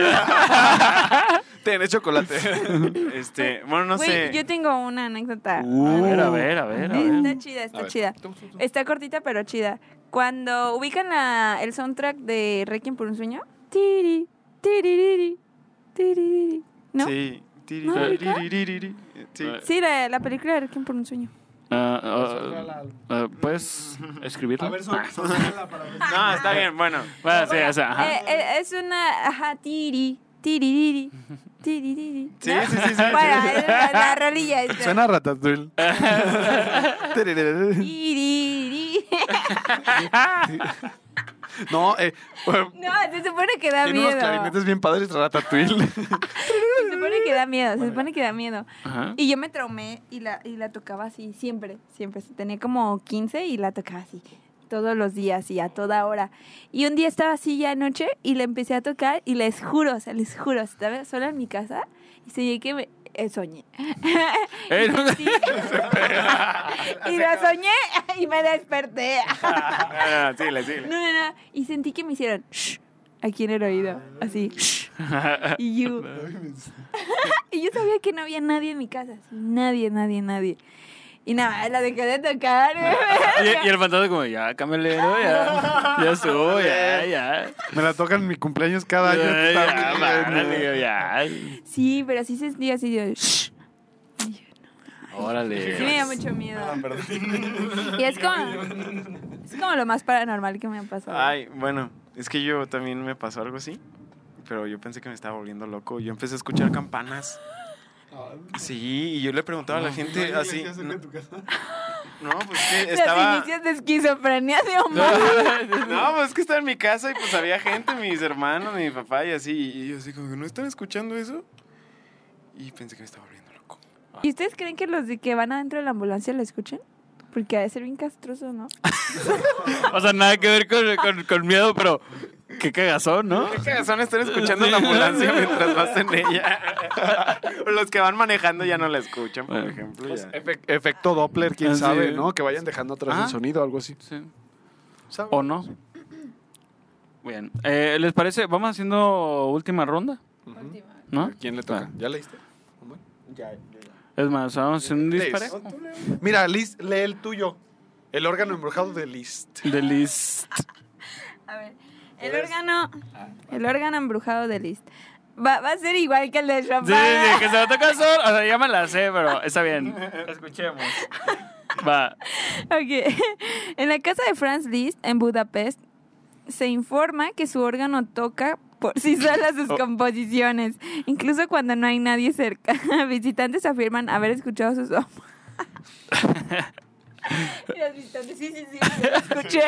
Speaker 1: Tienes chocolate.
Speaker 2: Este, bueno, no
Speaker 3: Güey,
Speaker 2: sé.
Speaker 3: yo tengo una anécdota.
Speaker 4: tu. Uh, A ver, a ver, a ver. a ver.
Speaker 3: Está chida,
Speaker 1: A
Speaker 3: está
Speaker 1: ver.
Speaker 3: chida. Está cortita, pero chida. Cuando ubican la- el soundtrack de Requiem por un sueño, tiri, tiririri, tiririri, ¿no? Sí,
Speaker 2: Sí. Tiri,
Speaker 3: ¿No,
Speaker 2: tiri,
Speaker 3: Ricardo?
Speaker 2: tiri, tiri. Sí.
Speaker 4: Eh,
Speaker 3: la, la película de Requiem por un sueño.
Speaker 4: Ah, ah, ah, ¿Puedes escribirlo? Ah.
Speaker 2: No, está bien, bueno.
Speaker 4: Bueno, sí, o sea, ajá.
Speaker 3: Eh, eh, es una, ajá, tiri, tiririri, tiririri.
Speaker 2: Sí,
Speaker 3: ¿no?
Speaker 2: sí, sí, sí, sí.
Speaker 3: Bueno, es la, la rolilla esta.
Speaker 1: Suena a ratatouille.
Speaker 3: Tiriri.
Speaker 1: No, eh,
Speaker 3: No, se supone que da
Speaker 1: tiene unos
Speaker 3: miedo.
Speaker 1: clarinetes bien padres, ratatouille.
Speaker 3: Se supone que da miedo, se supone que da miedo.
Speaker 4: Ajá.
Speaker 3: Y yo me traumé y la, y la tocaba así, siempre, siempre. Tenía como 15 y la tocaba así, todos los días y a toda hora. Y un día estaba así ya anoche y la empecé a tocar y les juro, o sea, les juro, estaba sola en mi casa y soñé que me... eh, soñé.
Speaker 4: Eh, no-
Speaker 3: Sí.
Speaker 1: Ah,
Speaker 3: y la soñé y me desperté.
Speaker 2: Ah, síguele, síguele.
Speaker 3: no, no, no. Y sentí que me hicieron... "Shh", Aquí en el oído, así. "Shh". Y yo, y yo sabía que no había nadie en mi casa. así, nadie, nadie, nadie. Y nada, la dejé de tocar. ¿eh?
Speaker 4: y, y el fantasma como, ya, cámbiale, ¿no? ya, ya subo, ya, ya.
Speaker 1: Me la tocan en mi cumpleaños cada año.
Speaker 4: Ya,
Speaker 1: Está bien,
Speaker 4: ya,
Speaker 1: eh.
Speaker 4: órale, ya.
Speaker 3: Sí, pero así se sentía así. Yo, "Shh". Sí me
Speaker 4: Órale.
Speaker 3: da mucho miedo.
Speaker 2: Ah,
Speaker 3: Y es como, es como lo más paranormal que me ha pasado.
Speaker 2: Ay, bueno, es que yo también me pasó algo así, pero yo pensé que me estaba volviendo loco. Yo empecé a escuchar campanas. Sí, y yo le preguntaba a la gente así. No, no, pues que
Speaker 3: Los
Speaker 2: estaba.
Speaker 3: inicios de esquizofrenia de Omar.
Speaker 2: No, pues es que estaba en mi casa y pues había gente, mis hermanos, mi papá y así. Y yo así como, ¿no están escuchando eso? Y pensé que me estaba volviendo loco.
Speaker 3: ¿Y ustedes creen que los de que van adentro de la ambulancia lo escuchen? Porque ha de ser bien castroso, ¿no?
Speaker 4: O sea, nada que ver con, con, con miedo, pero qué cagazón, ¿no?
Speaker 2: ¿Qué cagazón estar escuchando la ambulancia mientras vas en ella? Los que van manejando ya no la escuchan, por
Speaker 4: Bueno.
Speaker 2: ejemplo. ya.
Speaker 1: Efe- efecto Doppler, quién
Speaker 4: Ah, sí.
Speaker 1: sabe, ¿no? Que vayan dejando atrás
Speaker 4: Ah.
Speaker 1: el sonido, algo así.
Speaker 4: Sí.
Speaker 1: ¿Sabe?
Speaker 4: ¿O no? Bien. Eh, ¿Les parece? Vamos haciendo última ronda,
Speaker 1: Ujú.
Speaker 4: ¿no?
Speaker 1: ¿Quién le toca? ¿Ya leíste? Omar?
Speaker 4: Es más, vamos haciendo un
Speaker 1: Liz.
Speaker 4: dispare.
Speaker 1: Mira, Liz, lee el tuyo. El órgano embrujado de List.
Speaker 4: De Liz.
Speaker 3: A ver, el órgano,
Speaker 4: Ah,
Speaker 3: el órgano embrujado de Liszt. Va, va a ser igual que el de Chopin.
Speaker 4: Sí, sí, que se lo toca solo. O sea, ya me la sé, pero está bien. Escuchemos. Va.
Speaker 3: Ok. En la casa de Franz Liszt, en Budapest, se informa que su órgano toca por sí sola sus composiciones, incluso cuando no hay nadie cerca. Visitantes afirman haber escuchado sus... om- Y los visitantes, sí, sí, sí, yo lo escuché.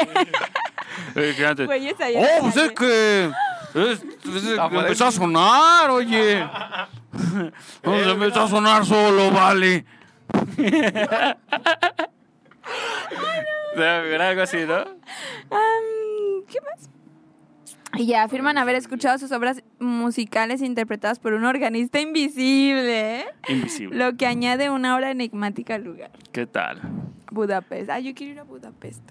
Speaker 4: Eh, fíjate.
Speaker 3: Güeyes ahí en la
Speaker 4: Oh, pues es
Speaker 3: calle.
Speaker 4: que. es- es- empezó a sonar, oye. No, se empezó a sonar solo, vale. O sea, era algo así, ¿no?
Speaker 3: Am, ¿Qué más? Y ya afirman haber escuchado sus obras musicales interpretadas por un organista invisible, ¿eh?
Speaker 4: Invisible.
Speaker 3: lo que añade una hora enigmática al lugar.
Speaker 4: ¿Qué tal?
Speaker 3: Budapest. Ah, yo quiero ir a Budapest.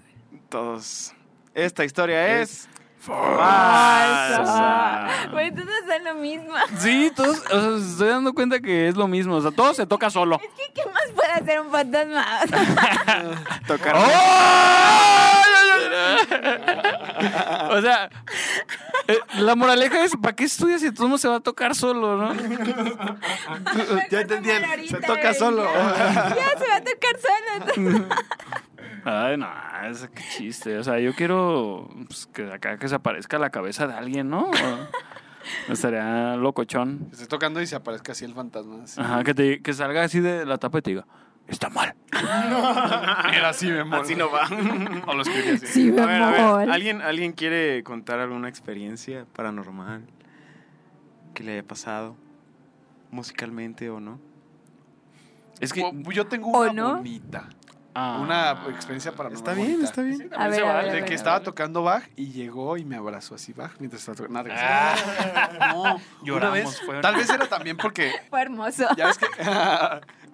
Speaker 2: todos. Esta historia es.
Speaker 3: Ah,
Speaker 4: Falsa.
Speaker 3: Pero entonces es lo mismo.
Speaker 4: Sí, todos. O sea, estoy dando cuenta que es lo mismo. O sea, todo se toca solo.
Speaker 3: Es que, ¿qué más puede hacer un fantasma? O sea,
Speaker 4: ¡Oh!
Speaker 2: Tocar.
Speaker 4: ¡Ay, ay, ay! O sea, eh, la moraleja es, ¿para qué estudias si todo mundo se va a tocar solo, no?
Speaker 2: Ya te entiendo, se toca solo.
Speaker 3: Ya, ya se va a tocar solo.
Speaker 4: Ay, no, es qué chiste. O sea, yo quiero pues, que acá que se aparezca la cabeza de alguien, ¿no? O- Estaría locochón.
Speaker 1: Esté tocando y se aparezca así el fantasma. así.
Speaker 4: Ajá, que, te- que salga así de la tapa y te diga, está mal.
Speaker 1: Era así, mi amor.
Speaker 2: Así no va.
Speaker 1: O lo escribí así.
Speaker 3: Sí, mi
Speaker 2: A ver, a ver,
Speaker 3: amor.
Speaker 2: ¿alguien, ¿Alguien quiere contar alguna experiencia paranormal que le haya pasado musicalmente o no?
Speaker 4: Es que...
Speaker 1: O- Yo tengo
Speaker 3: ¿O
Speaker 1: una
Speaker 3: no?
Speaker 1: bonita.
Speaker 4: ah.
Speaker 1: Una experiencia paranormal.
Speaker 2: Está bien,
Speaker 1: bonita.
Speaker 2: está bien.
Speaker 3: A ver, a ver, a
Speaker 1: De
Speaker 3: ver.
Speaker 1: que estaba tocando Bach y llegó y me abrazó así Bach mientras estaba tocando. Nada, no,
Speaker 4: Lloramos,
Speaker 1: eh, una vez,
Speaker 4: fue una-
Speaker 1: Tal vez era también porque
Speaker 3: Fue hermoso.
Speaker 1: ya ves que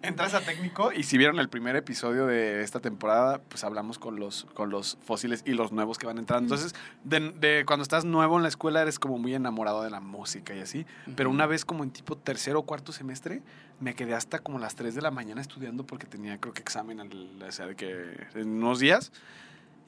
Speaker 1: entras a técnico y si vieron el primer episodio de esta temporada, pues hablamos con los, con los fósiles y los nuevos que van entrando. Entonces, de, de cuando estás nuevo en la escuela eres como muy enamorado de la música y así. Pero una vez como en tipo tercero o cuarto semestre, me quedé hasta como las 3 de la mañana estudiando porque tenía creo que examen, al- o sea, de que en unos días.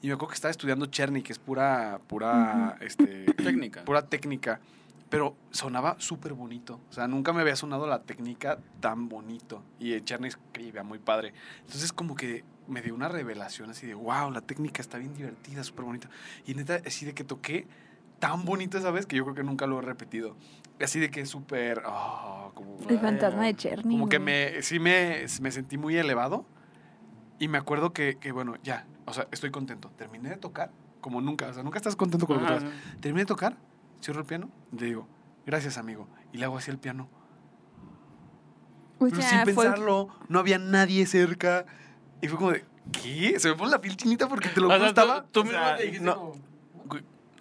Speaker 1: Y me acuerdo que estaba estudiando Cherny, que es pura, pura, este,
Speaker 4: Técnica.
Speaker 1: pura técnica. Pero sonaba súper bonito. O sea, nunca me había sonado la técnica tan bonito. Y Cherny escribía muy padre. Entonces, como que me dio una revelación así de, wow, la técnica está bien divertida, súper bonita. Y neta, así de que toqué tan bonito esa vez que yo creo que nunca lo he repetido. Así de que súper, ah, como...
Speaker 3: El fantasma de Cherny.
Speaker 1: Como que
Speaker 3: güey.
Speaker 1: me, sí me, me sentí muy elevado y me acuerdo que, que, bueno, ya, o sea, estoy contento. Terminé de tocar como nunca, o sea, nunca estás contento con lo que
Speaker 4: Ajá.
Speaker 1: tocas. Terminé de tocar, cierro el piano, le digo, gracias amigo, y le hago así el piano.
Speaker 3: O
Speaker 1: Pero
Speaker 3: sea,
Speaker 1: sin
Speaker 3: fue-
Speaker 1: pensarlo, no había nadie cerca y fue como de, ¿qué? Se me pone la piel chinita porque te lo
Speaker 4: O
Speaker 1: juro,
Speaker 4: sea,
Speaker 1: estaba...
Speaker 4: tú- tú
Speaker 1: o sea,
Speaker 4: mismo te
Speaker 2: dijiste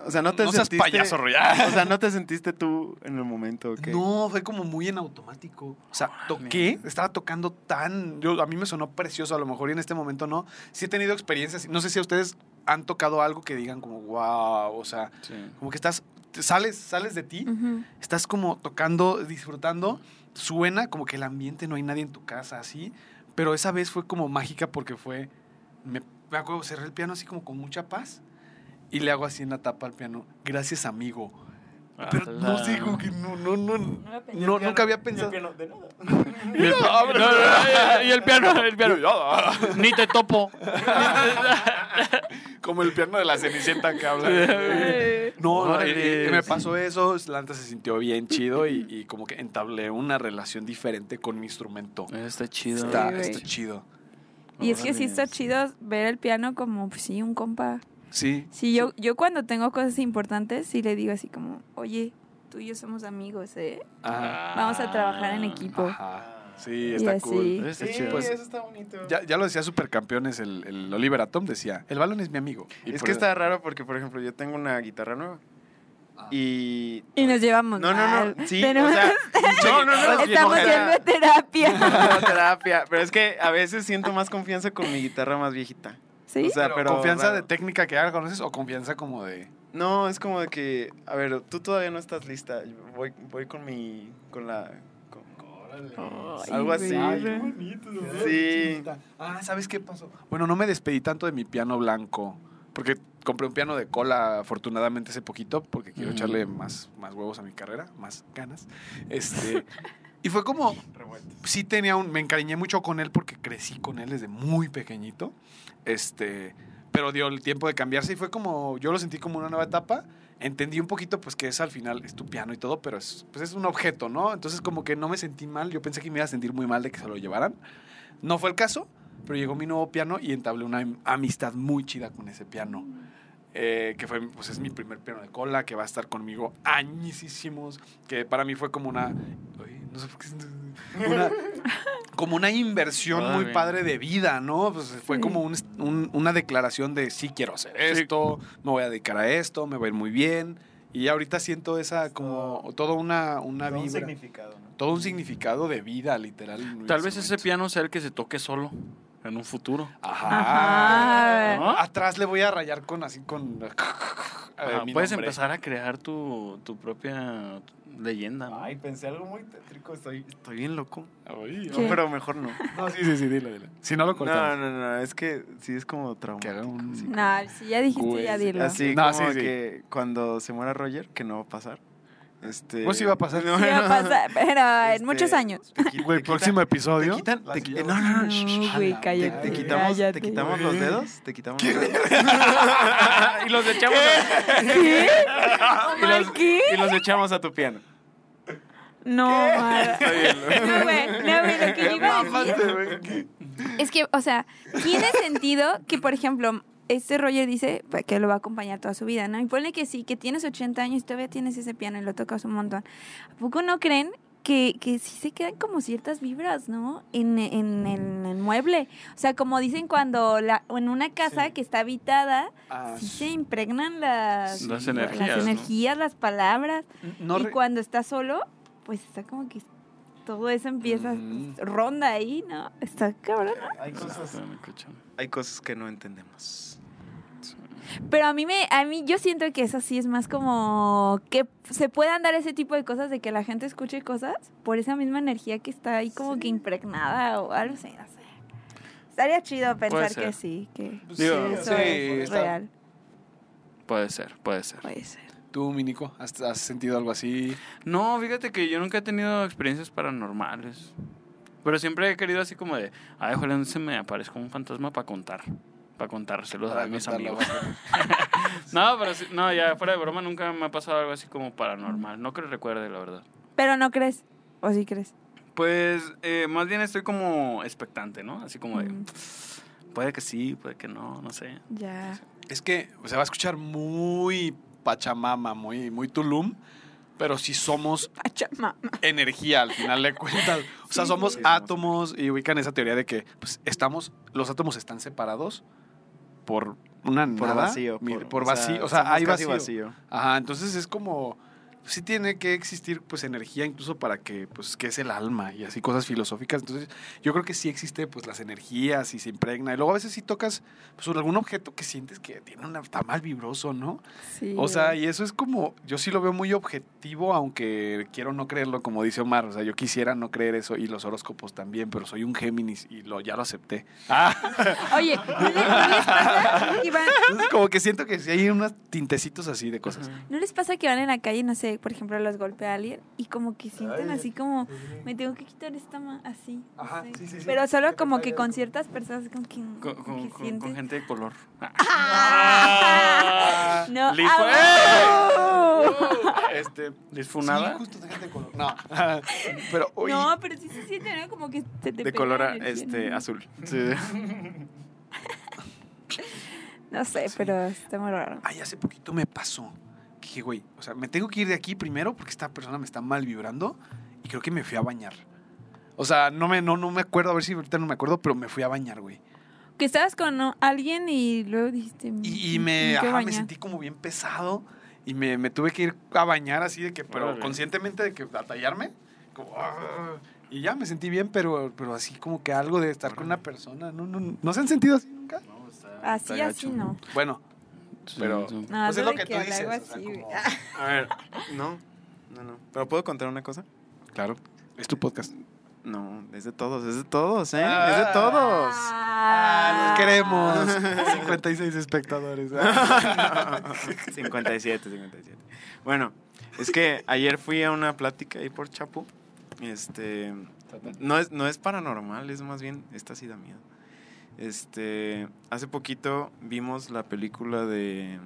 Speaker 2: O sea, no te
Speaker 1: No seas
Speaker 2: sentiste...
Speaker 1: payaso, Roy.
Speaker 2: O sea, no te sentiste tú en el momento, ¿ok?
Speaker 1: No, fue como muy en automático. O sea, toqué, estaba tocando tan. Yo, a mí me sonó precioso, a lo mejor y en este momento no. Sí he tenido experiencias. No sé si a ustedes han tocado algo que digan como, wow, o sea,
Speaker 4: Sí.
Speaker 1: como que estás. te Sales, sales de ti,
Speaker 3: Ujú.
Speaker 1: estás como tocando, disfrutando, suena como que el ambiente, no hay nadie en tu casa, así. Pero esa vez fue como mágica porque fue. Me, me acuerdo, cerré el piano así como con mucha paz y le hago así en la tapa al piano. Gracias, amigo. Pero no
Speaker 4: Ala.
Speaker 1: sé, como que no, no, no. No, nunca había pensado.
Speaker 4: Y el, pi- no, no, no, y el piano, el piano.
Speaker 1: Ah.
Speaker 4: Ni te topo.
Speaker 1: Como el piano de la Cenicienta que habla. No, no, y- y- y me pasó eso, Lanta se sintió bien chido y, y como que entablé una relación diferente con mi instrumento.
Speaker 4: Está chido.
Speaker 1: Está,
Speaker 3: güey.
Speaker 1: está chido.
Speaker 3: Y es que sí
Speaker 4: Órale.
Speaker 3: está chido ver el piano como, pues sí, un compa.
Speaker 1: Sí.
Speaker 3: Sí, yo, yo cuando tengo cosas importantes, sí le digo así como, oye, tú y yo somos amigos, ¿eh?
Speaker 1: Ajá.
Speaker 3: Vamos
Speaker 2: Ah.
Speaker 3: a trabajar en equipo.
Speaker 1: Ajá. Sí,
Speaker 3: Y
Speaker 1: está
Speaker 3: así.
Speaker 1: cool.
Speaker 4: Está
Speaker 5: Sí,
Speaker 4: chido.
Speaker 1: Pues,
Speaker 5: eso está bonito.
Speaker 1: Ya, ya lo decía Supercampeones, el, el Oliver Atom decía, el balón es mi amigo. Y
Speaker 2: Es
Speaker 1: por-
Speaker 2: que está raro porque, por ejemplo, yo tengo una guitarra nueva.
Speaker 1: Ah.
Speaker 2: Y...
Speaker 3: Y nos llevamos
Speaker 2: No, no,
Speaker 3: mal.
Speaker 2: no. Sí,
Speaker 3: Tenemos-
Speaker 2: o sea... No, no, no.
Speaker 3: Estamos
Speaker 2: o sea,
Speaker 3: haciendo terapia.
Speaker 2: terapia. Pero es que a veces siento más confianza con mi guitarra más viejita.
Speaker 3: ¿Sí?
Speaker 2: O sea, pero,
Speaker 1: ¿Confianza
Speaker 2: raro.
Speaker 1: de técnica que ya conoces o confianza como de...
Speaker 2: No, es como de que, a ver, tú todavía no estás lista. yo Voy, voy con mi, con la, con-
Speaker 4: Oh,
Speaker 3: Ay,
Speaker 2: algo así.
Speaker 3: güey.
Speaker 2: Sí.
Speaker 1: Ah, ¿sabes qué pasó? Bueno, no me despedí tanto de mi piano blanco. Porque compré un piano de cola, afortunadamente, hace poquito, porque quiero
Speaker 4: Ujú.
Speaker 1: echarle más, más huevos a mi carrera, más ganas. Este. y fue como. Sí tenía un. Me encariñé mucho con él porque crecí con él desde muy pequeñito. Este. Pero dio el tiempo de cambiarse y fue como. Yo lo sentí como una nueva etapa. Entendí un poquito, pues, que es al final, es tu piano y todo, pero es, pues, es un objeto, ¿no? Entonces, como que no me sentí mal. Yo pensé que me iba a sentir muy mal de que se lo llevaran. No fue el caso, pero llegó mi nuevo piano y entablé una am- amistad muy chida con ese piano. Eh, que fue, pues es mi primer piano de cola, que va a estar conmigo añísimos, que para mí fue como una, ay, no sé por qué siento- una- como una inversión
Speaker 4: Ah,
Speaker 1: muy
Speaker 4: bien.
Speaker 1: padre de vida, ¿no? Pues fue
Speaker 3: Sí.
Speaker 1: como un est- un- una declaración de sí quiero hacer esto, me voy a dedicar a esto, me va a ir muy bien. Y ahorita siento esa como toda una, una
Speaker 2: Todo un
Speaker 1: vibra,
Speaker 2: significado, ¿no?
Speaker 1: todo un significado de vida, literal. en un
Speaker 4: Tal vez ese
Speaker 1: instrumento.
Speaker 4: piano sea el que se toque solo en un futuro.
Speaker 1: Ajá.
Speaker 3: Ajá.
Speaker 4: ¿No?
Speaker 1: Atrás le voy a rayar con así con eh,
Speaker 4: Ajá,
Speaker 1: mi
Speaker 4: puedes
Speaker 1: nombre.
Speaker 4: empezar a crear tu, tu propia leyenda. ¿no?
Speaker 2: Ay, pensé algo muy tétrico. Estoy, estoy bien loco.
Speaker 1: Ay,
Speaker 2: No,
Speaker 1: no.
Speaker 2: pero mejor no.
Speaker 1: No, sí, sí, sí, dilo, dilo. Si no lo
Speaker 2: No,
Speaker 1: cortamos.
Speaker 2: no, no. Es que sí es como trauma.
Speaker 1: que haga un...
Speaker 3: No, si ya dijiste,
Speaker 1: Güey,
Speaker 3: ya dilo.
Speaker 2: pues, Así
Speaker 1: No,
Speaker 2: como
Speaker 1: sí, sí.
Speaker 2: que cuando se muera Roger, que no va a pasar. Este,
Speaker 1: Pues sí va a pasar.
Speaker 3: Sí va a pasar, pero en
Speaker 2: Este,
Speaker 3: muchos años.
Speaker 2: te qui-
Speaker 1: Güey,
Speaker 2: te
Speaker 1: próximo
Speaker 2: quitan-
Speaker 1: episodio.
Speaker 2: Te quitan, te
Speaker 1: Las
Speaker 2: qui-
Speaker 1: sillas.
Speaker 2: no, no, no,
Speaker 3: No,
Speaker 2: shh, shh,
Speaker 3: güey,
Speaker 2: ah, te-
Speaker 3: cállate,
Speaker 2: te, quitamos,
Speaker 3: cállate.
Speaker 2: te quitamos los dedos, te quitamos los dedos.
Speaker 4: y los echamos a,
Speaker 3: ¿Qué? ¿Oh, Omar, ¿qué?
Speaker 2: Y los echamos a tu piano.
Speaker 3: No, Omar. No, güey, no, güey, lo que yo iba a decir- Es que, o sea, tiene sentido que, por ejemplo, este Roger dice pues, que lo va a acompañar toda su vida, ¿no? Y ponle que sí, que tienes 80 años y todavía tienes ese piano y lo tocas un montón. ¿A poco no creen que, que sí se quedan como ciertas vibras, ¿no? En, en- en el mueble. O sea, como dicen cuando la, en una casa que está habitada,
Speaker 1: Ah,
Speaker 3: sí se impregnan las,
Speaker 4: Las energías,
Speaker 3: las,
Speaker 4: ¿no?
Speaker 3: energías, las palabras.
Speaker 1: No
Speaker 3: y
Speaker 1: re-
Speaker 3: cuando está solo, pues está como que todo eso empieza,
Speaker 1: Mm.
Speaker 3: ronda ahí, ¿no? Está cabrón. ¿no?
Speaker 2: Hay cosas,
Speaker 4: Espérame, cochón.
Speaker 2: hay cosas que no entendemos.
Speaker 3: Pero a mí me, a mí yo siento que eso sí es más como que se puedan dar ese tipo de cosas de que la gente escuche cosas por esa misma energía que está ahí como que impregnada o algo así. No sé. Estaría chido pensar
Speaker 4: ser.
Speaker 3: que sí, que
Speaker 1: Pues
Speaker 4: Digo,
Speaker 1: sí,
Speaker 3: eso
Speaker 1: sí,
Speaker 3: es
Speaker 1: está-
Speaker 3: real.
Speaker 4: Puede ser, puede ser.
Speaker 3: Puede ser.
Speaker 1: Tú, mi Nico, ¿has, has sentido algo así?
Speaker 4: No, fíjate que yo nunca he tenido experiencias paranormales. Pero siempre he querido así como de, ay, ojalá no se me aparezca un fantasma para contar. Para contárselos a
Speaker 1: Para
Speaker 4: mis
Speaker 1: contarlo,
Speaker 4: amigos. no, pero sí- no, ya fuera de broma, nunca me ha pasado algo así como paranormal. No que recuerde, la verdad.
Speaker 3: Pero no crees, o sí crees.
Speaker 4: Pues eh, más bien estoy como expectante, ¿no? Así como de,
Speaker 3: Mm,
Speaker 4: puede que sí, puede que no, no sé.
Speaker 3: ya.
Speaker 1: Es que se va a escuchar muy Pachamama, muy, muy Tulum, pero si somos
Speaker 3: Pachamama.
Speaker 1: energía al final de cuentas. O sea, somos átomos y ubican esa teoría de que pues, estamos, los átomos están separados por una
Speaker 2: Por
Speaker 1: nada,
Speaker 2: vacío.
Speaker 1: mi- por, vacío, o sea,
Speaker 2: somos
Speaker 1: hay
Speaker 2: casi
Speaker 1: vacío. Ajá, entonces es como sí tiene que existir pues energía incluso para que pues que es el alma y así cosas filosóficas. Entonces, yo creo que sí existe pues las energías y se impregna y luego a veces sí tocas pues algún objeto que sientes que tiene una está mal vibroso, ¿no?
Speaker 3: Sí.
Speaker 1: O sea, y eso es como, yo sí lo veo muy objetivo, aunque quiero no creerlo, como dice Omar. O sea, yo quisiera no creer eso y los horóscopos también, pero soy un Géminis y lo, ya lo acepté.
Speaker 3: Oye, ¿no les, no les pasa que van-
Speaker 1: Entonces, como que siento que sí hay unos tintecitos así de cosas.
Speaker 3: ¿No les pasa que van en la calle, no sé, por ejemplo, los golpea alguien y como que sienten así como, me tengo que quitar esta mano, así? no sé. Pero solo como que con ciertas personas, como que,
Speaker 4: Con,
Speaker 3: como
Speaker 4: con-
Speaker 3: que
Speaker 4: con-
Speaker 3: sienten-
Speaker 4: con gente de color.
Speaker 3: Ah. No,
Speaker 4: Listo.
Speaker 3: ah,
Speaker 1: Este,
Speaker 4: ¿Disfunada?
Speaker 1: sí, justo, déjate color. No, pero
Speaker 3: no.
Speaker 1: hoy...
Speaker 3: No, pero sí se siente, ¿no? Como que se te
Speaker 2: De
Speaker 3: pega
Speaker 2: color
Speaker 3: la
Speaker 2: a-
Speaker 3: energía,
Speaker 2: este,
Speaker 3: ¿no?
Speaker 2: azul.
Speaker 3: No sé, pero está muy raro.
Speaker 1: Ay, hace poquito me pasó. Que dije, güey, o sea, me tengo que ir de aquí primero porque esta persona me está mal vibrando y creo que me fui a bañar. O sea, no me, no, no me acuerdo, a ver si ahorita no me acuerdo, pero me fui a bañar, güey.
Speaker 3: Que estabas con ¿no? alguien y luego dijiste...
Speaker 1: Y, y
Speaker 3: "Mm,
Speaker 1: me,
Speaker 3: tengo que
Speaker 1: ajá, me
Speaker 3: bañar".
Speaker 1: sentí como bien pesado y me, me tuve que ir a bañar así de que, pero
Speaker 4: Órale.
Speaker 1: conscientemente de que a tallarme. como, "Ah", y ya me sentí bien, pero, pero así como que algo de estar con una persona. No, no, ¿no se han sentido así nunca?
Speaker 3: Así, así no.
Speaker 1: Bueno, pero...
Speaker 4: Sí, sí.
Speaker 3: No,
Speaker 1: Pues es lo
Speaker 3: eso de
Speaker 1: que tú
Speaker 3: habla
Speaker 1: dices.
Speaker 3: algo
Speaker 1: o sea,
Speaker 3: así,
Speaker 1: como- "Ah,
Speaker 3: güey.
Speaker 2: A ver, no, no, no. ¿Pero puedo contar una cosa?
Speaker 1: Claro, es tu podcast.
Speaker 2: No, es de todos, es de todos, ¿eh?
Speaker 1: Ah.
Speaker 2: Es de todos.
Speaker 1: Ah,
Speaker 3: Ah,
Speaker 1: los queremos. 56 espectadores.
Speaker 2: 57, 57. Bueno, es que ayer fui a una plática ahí por Chapu. Este, no es, no es paranormal, es más bien, esta sí da miedo. Este, hace poquito vimos la película de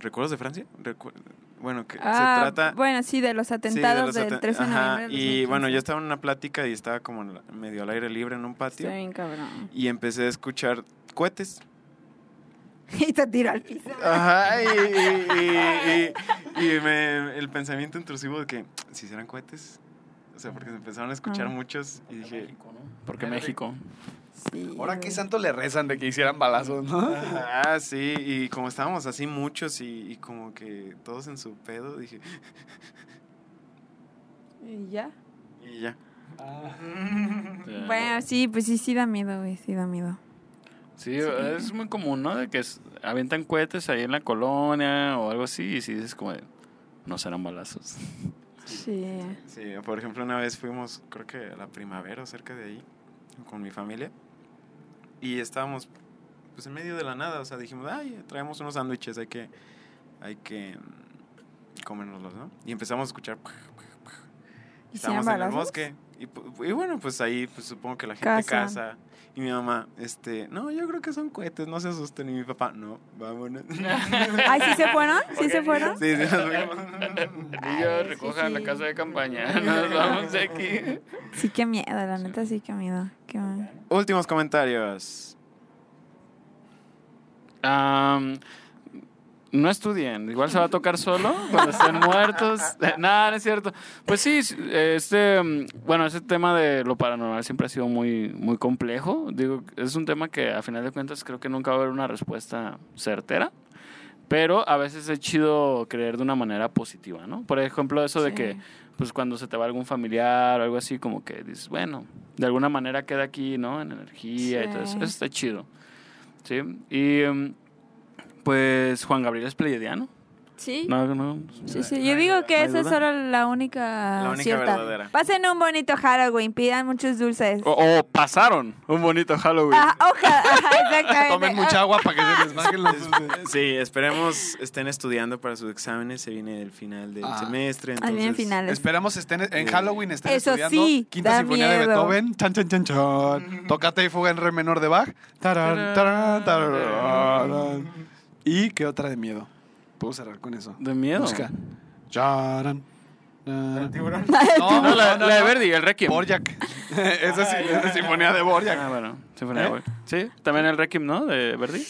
Speaker 2: ¿Recuerdos de Francia? Recu- bueno, que
Speaker 3: Ah,
Speaker 2: se trata
Speaker 3: Bueno, sí, de los
Speaker 2: Sí, de
Speaker 3: atentados
Speaker 2: los
Speaker 3: del
Speaker 2: aten-
Speaker 3: 13 de
Speaker 2: Ajá,
Speaker 3: noviembre. del
Speaker 2: Y bueno,
Speaker 3: 2015.
Speaker 2: yo estaba en una plática y estaba como en la- medio al aire libre en un patio
Speaker 3: Estoy bien cabrón.
Speaker 2: y empecé a escuchar cohetes.
Speaker 3: Y te tiro al piso.
Speaker 2: Ajá, y, y- y- y me- el pensamiento intrusivo de que si serán cohetes. O sea, porque se empezaron a escuchar
Speaker 3: Ah.
Speaker 2: muchos y dije,
Speaker 4: Porque México.
Speaker 3: Sí,
Speaker 1: Ahora qué
Speaker 3: güey.
Speaker 1: santo le rezan de que hicieran balazos, ¿no?
Speaker 2: ah, sí, y como estábamos así muchos y, y como que todos en su pedo, dije,
Speaker 3: ¿Y ya?
Speaker 2: y ya.
Speaker 4: Sí.
Speaker 2: Ah.
Speaker 3: Bueno, sí, pues sí, sí da miedo, güey, sí da miedo.
Speaker 4: Sí, es muy común, ¿no? De que es- avientan cohetes ahí en la colonia o algo así y si dices como de, no serán balazos.
Speaker 3: Sí.
Speaker 2: Sí, por ejemplo, una vez fuimos, creo que a la primavera o cerca de ahí, con mi familia. Y estábamos, pues, en medio de la nada. O sea, dijimos, ay, traemos unos sándwiches, hay que, hay que mm, comérnoslos, ¿no? Y empezamos a escuchar...
Speaker 3: ¿Y si eran
Speaker 2: Estábamos en el
Speaker 3: balazos?
Speaker 2: bosque. Y, pu- y bueno, pues ahí pues, supongo que la gente
Speaker 3: Cazan.
Speaker 2: casa. Y mi mamá, este, no, yo creo que son cohetes, no se asusten. Y mi papá, no, vámonos.
Speaker 3: Ay, ¿sí se fueron? ¿Sí se fueron?
Speaker 2: Sí, sí, nos fuimos.
Speaker 4: Niños,
Speaker 3: sí,
Speaker 4: recojan la
Speaker 3: sí.
Speaker 4: casa de campaña. Nos vamos de aquí.
Speaker 3: Sí, qué miedo, la neta sí, qué miedo. Qué miedo.
Speaker 2: Últimos comentarios.
Speaker 4: Am, no estudien, igual se va a tocar solo cuando estén muertos. Nada, no es cierto. Pues sí, este, mm, bueno, ese tema de lo paranormal siempre ha sido muy, muy complejo. Digo, es un tema que a final de cuentas creo que nunca va a haber una respuesta certera. Pero a veces es chido creer de una manera positiva, ¿no? Por ejemplo, eso de
Speaker 3: Sí.
Speaker 4: que, pues cuando se te va algún familiar o algo así, como que dices, bueno, de alguna manera queda aquí, ¿no? En energía y todo eso.
Speaker 3: Sí.
Speaker 4: Eso está chido. Sí. Y em, pues Juan Gabriel es pleiadiano.
Speaker 3: Sí.
Speaker 4: No, no.
Speaker 3: Sí, sí, yo digo que
Speaker 2: hay
Speaker 3: esa es
Speaker 2: duda.
Speaker 3: solo la única,
Speaker 2: La única
Speaker 3: cierta.
Speaker 2: verdadera. Oh,
Speaker 3: Pasen un bonito Halloween, pidan muchos dulces.
Speaker 4: O, o pasaron un bonito Halloween.
Speaker 3: Ah, ojalá, ajá, exactamente.
Speaker 1: Tomen mucha agua para que se les bajen los
Speaker 2: Sí, esperemos estén estudiando para sus exámenes. Se viene el final del
Speaker 1: Ah.
Speaker 3: Ah,
Speaker 2: semestre. Entonces,
Speaker 3: bien, finales.
Speaker 1: Esperamos estén en Halloween estén
Speaker 3: Eso
Speaker 1: estudiando
Speaker 3: sí,
Speaker 1: Quinta
Speaker 3: da
Speaker 1: Sinfonía de
Speaker 3: miedo.
Speaker 1: Beethoven, chan chan chan chan. Tocate y fuga en re menor de Bach. Tarán, tarán, tarán. ¿Y qué otra de miedo? Puedo cerrar con eso.
Speaker 4: De miedo.
Speaker 1: Busca. Charan. No,
Speaker 5: tiburón.
Speaker 1: no,
Speaker 4: No, la,
Speaker 1: no,
Speaker 4: la de
Speaker 1: no.
Speaker 4: Verdi, el Requiem.
Speaker 1: Borjak. Esa sí, es la Sinfonía de
Speaker 4: Ah,
Speaker 1: Borjak.
Speaker 4: bueno, Sinfonía de Borg. Sí, también el Requiem, ¿no? De Verdi.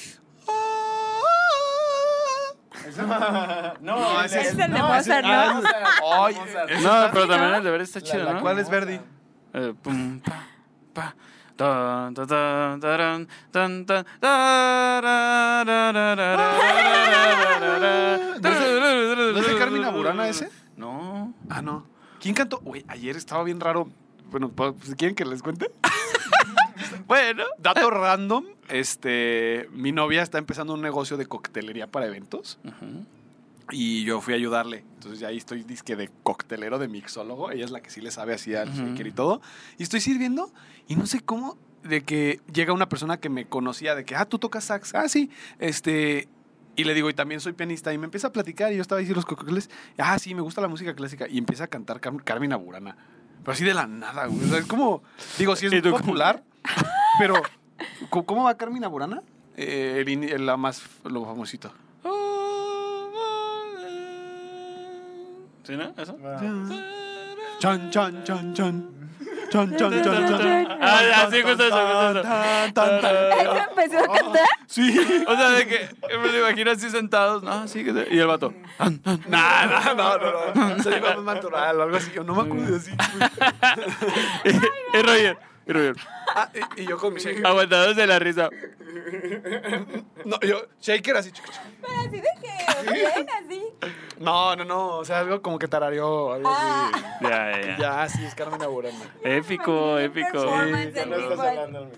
Speaker 5: No,
Speaker 1: ese
Speaker 3: es el de
Speaker 5: no, ese-
Speaker 3: Mozart,
Speaker 5: ah,
Speaker 3: ¿no?
Speaker 5: ese es el de
Speaker 1: Oye,
Speaker 5: Mozart.
Speaker 1: ese
Speaker 4: No,
Speaker 1: está-
Speaker 4: pero también el de Verdi está chido,
Speaker 1: ¿La
Speaker 4: ¿no?
Speaker 1: cuál es Verdi?
Speaker 4: Eh, pum, pa, pa. Tan, tan, tan, tarán, tan, tan, tará, ra, ra, ra, ra, ra, ra, ra.
Speaker 1: ¿No es- no es de Carmina Burana ese?
Speaker 4: No.
Speaker 1: Ah, no. ¿Quién cantó? Güey, ayer estaba bien raro. Bueno, ¿puedo- ¿quieren que les cuente?
Speaker 4: Bueno.
Speaker 1: Dato random, este, mi novia está empezando un negocio de coctelería para eventos y yo fui a ayudarle. Entonces ya ahí estoy disque de coctelero, de mixólogo. Ella es la que sí le sabe así al
Speaker 4: Ujú.
Speaker 1: shaker y todo. Y estoy sirviendo y no sé cómo de que llega una persona que me conocía de que, ah, tú tocas sax. Ah, sí. Este, y le digo, y también soy pianista. Y me empieza a platicar y yo estaba ahí los cocteles. Ah, sí, me gusta la música clásica. Y empieza a cantar Car- Carmen Burana. Pero así de la nada, güey. O sea, es como, digo, sí
Speaker 4: ¿Y
Speaker 1: es
Speaker 4: tú cómo?
Speaker 1: popular, pero ¿cómo- ¿cómo va Carmina Burana? Eh, el ini- la más, lo famosito.
Speaker 4: ¿Sí, no? ¿Eso?
Speaker 1: Chan, chan, chan, chan. Chan, chan, chan,
Speaker 3: Chan, chan,
Speaker 1: chan.
Speaker 3: chan.
Speaker 4: Ah, ya, sí, justo eso, justo eso.
Speaker 1: Tan, tan, tan.
Speaker 3: ¿Eso empezó a cantar?
Speaker 1: Sí.
Speaker 4: O sea, de que me lo imagino así sentados, ¿no? Sí, que se- y el vato.
Speaker 1: No, no, no, no, no. Se iba más natural o algo así. Yo no me acuerdo de así. güey.
Speaker 4: y Roger, y Roger,
Speaker 1: Ah, y- y, yo con mi shaker.
Speaker 4: aguantados de la risa.
Speaker 1: No, yo, shaker así.
Speaker 3: Pero así de que, bien, así.
Speaker 1: No, no, no. O sea, algo como que tarareó. Algo
Speaker 3: Ah.
Speaker 1: así.
Speaker 4: Ya, ya, ya.
Speaker 1: Ya, sí, es Carmina Burana.
Speaker 4: Épico, épico.
Speaker 3: Performance
Speaker 5: No
Speaker 3: del
Speaker 5: está
Speaker 3: tipo de-
Speaker 5: sonando el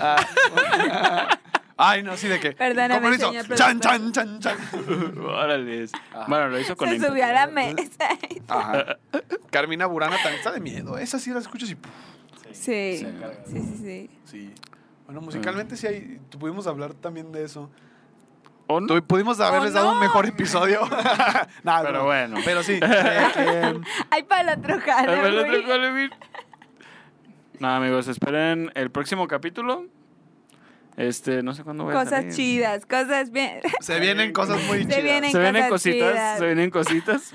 Speaker 3: Ah,
Speaker 5: micrófono.
Speaker 1: Ah. Ay, no, sí, de qué.
Speaker 3: Perdóname,
Speaker 1: ¿Cómo lo hizo?
Speaker 3: señor
Speaker 1: Chan,
Speaker 3: productor.
Speaker 1: chan, chan, chan.
Speaker 4: Órale. Bueno, lo hizo con
Speaker 3: Se
Speaker 4: ímpetu.
Speaker 3: subió a la mesa.
Speaker 1: Ajá. Carmina Burana también está de miedo. Esa sí la escucho y.
Speaker 3: Sí, sí, sí, sí.
Speaker 1: Sí. Bueno, musicalmente sí hay. Pudimos hablar también de eso.
Speaker 4: ¿O no?
Speaker 1: Tu- Pudimos haberles
Speaker 3: Oh,
Speaker 1: dado
Speaker 3: no.
Speaker 1: un mejor episodio. Nah,
Speaker 4: Pero
Speaker 1: no.
Speaker 4: bueno.
Speaker 1: Pero sí. eh, eh,
Speaker 3: Ay, para el otro
Speaker 4: A ver, el
Speaker 3: Halloween.
Speaker 4: otro Halloween. Nada, amigos, esperen el próximo capítulo. Este, no sé cuándo voy a
Speaker 3: Cosas
Speaker 4: salir.
Speaker 3: chidas, cosas bien.
Speaker 1: se vienen cosas muy chidas.
Speaker 3: Se vienen
Speaker 4: Se vienen
Speaker 3: cosas
Speaker 4: cositas,
Speaker 3: chidas.
Speaker 4: se vienen cositas.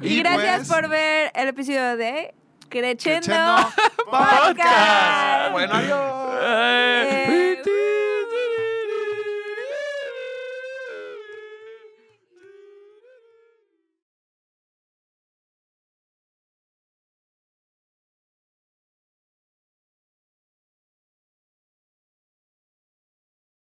Speaker 3: Y
Speaker 1: Y
Speaker 3: gracias
Speaker 1: pues-
Speaker 3: por ver el episodio de Crechendo
Speaker 1: Chendo.
Speaker 3: Podcast.
Speaker 1: Bueno, adiós.
Speaker 4: Eh,
Speaker 3: Eh.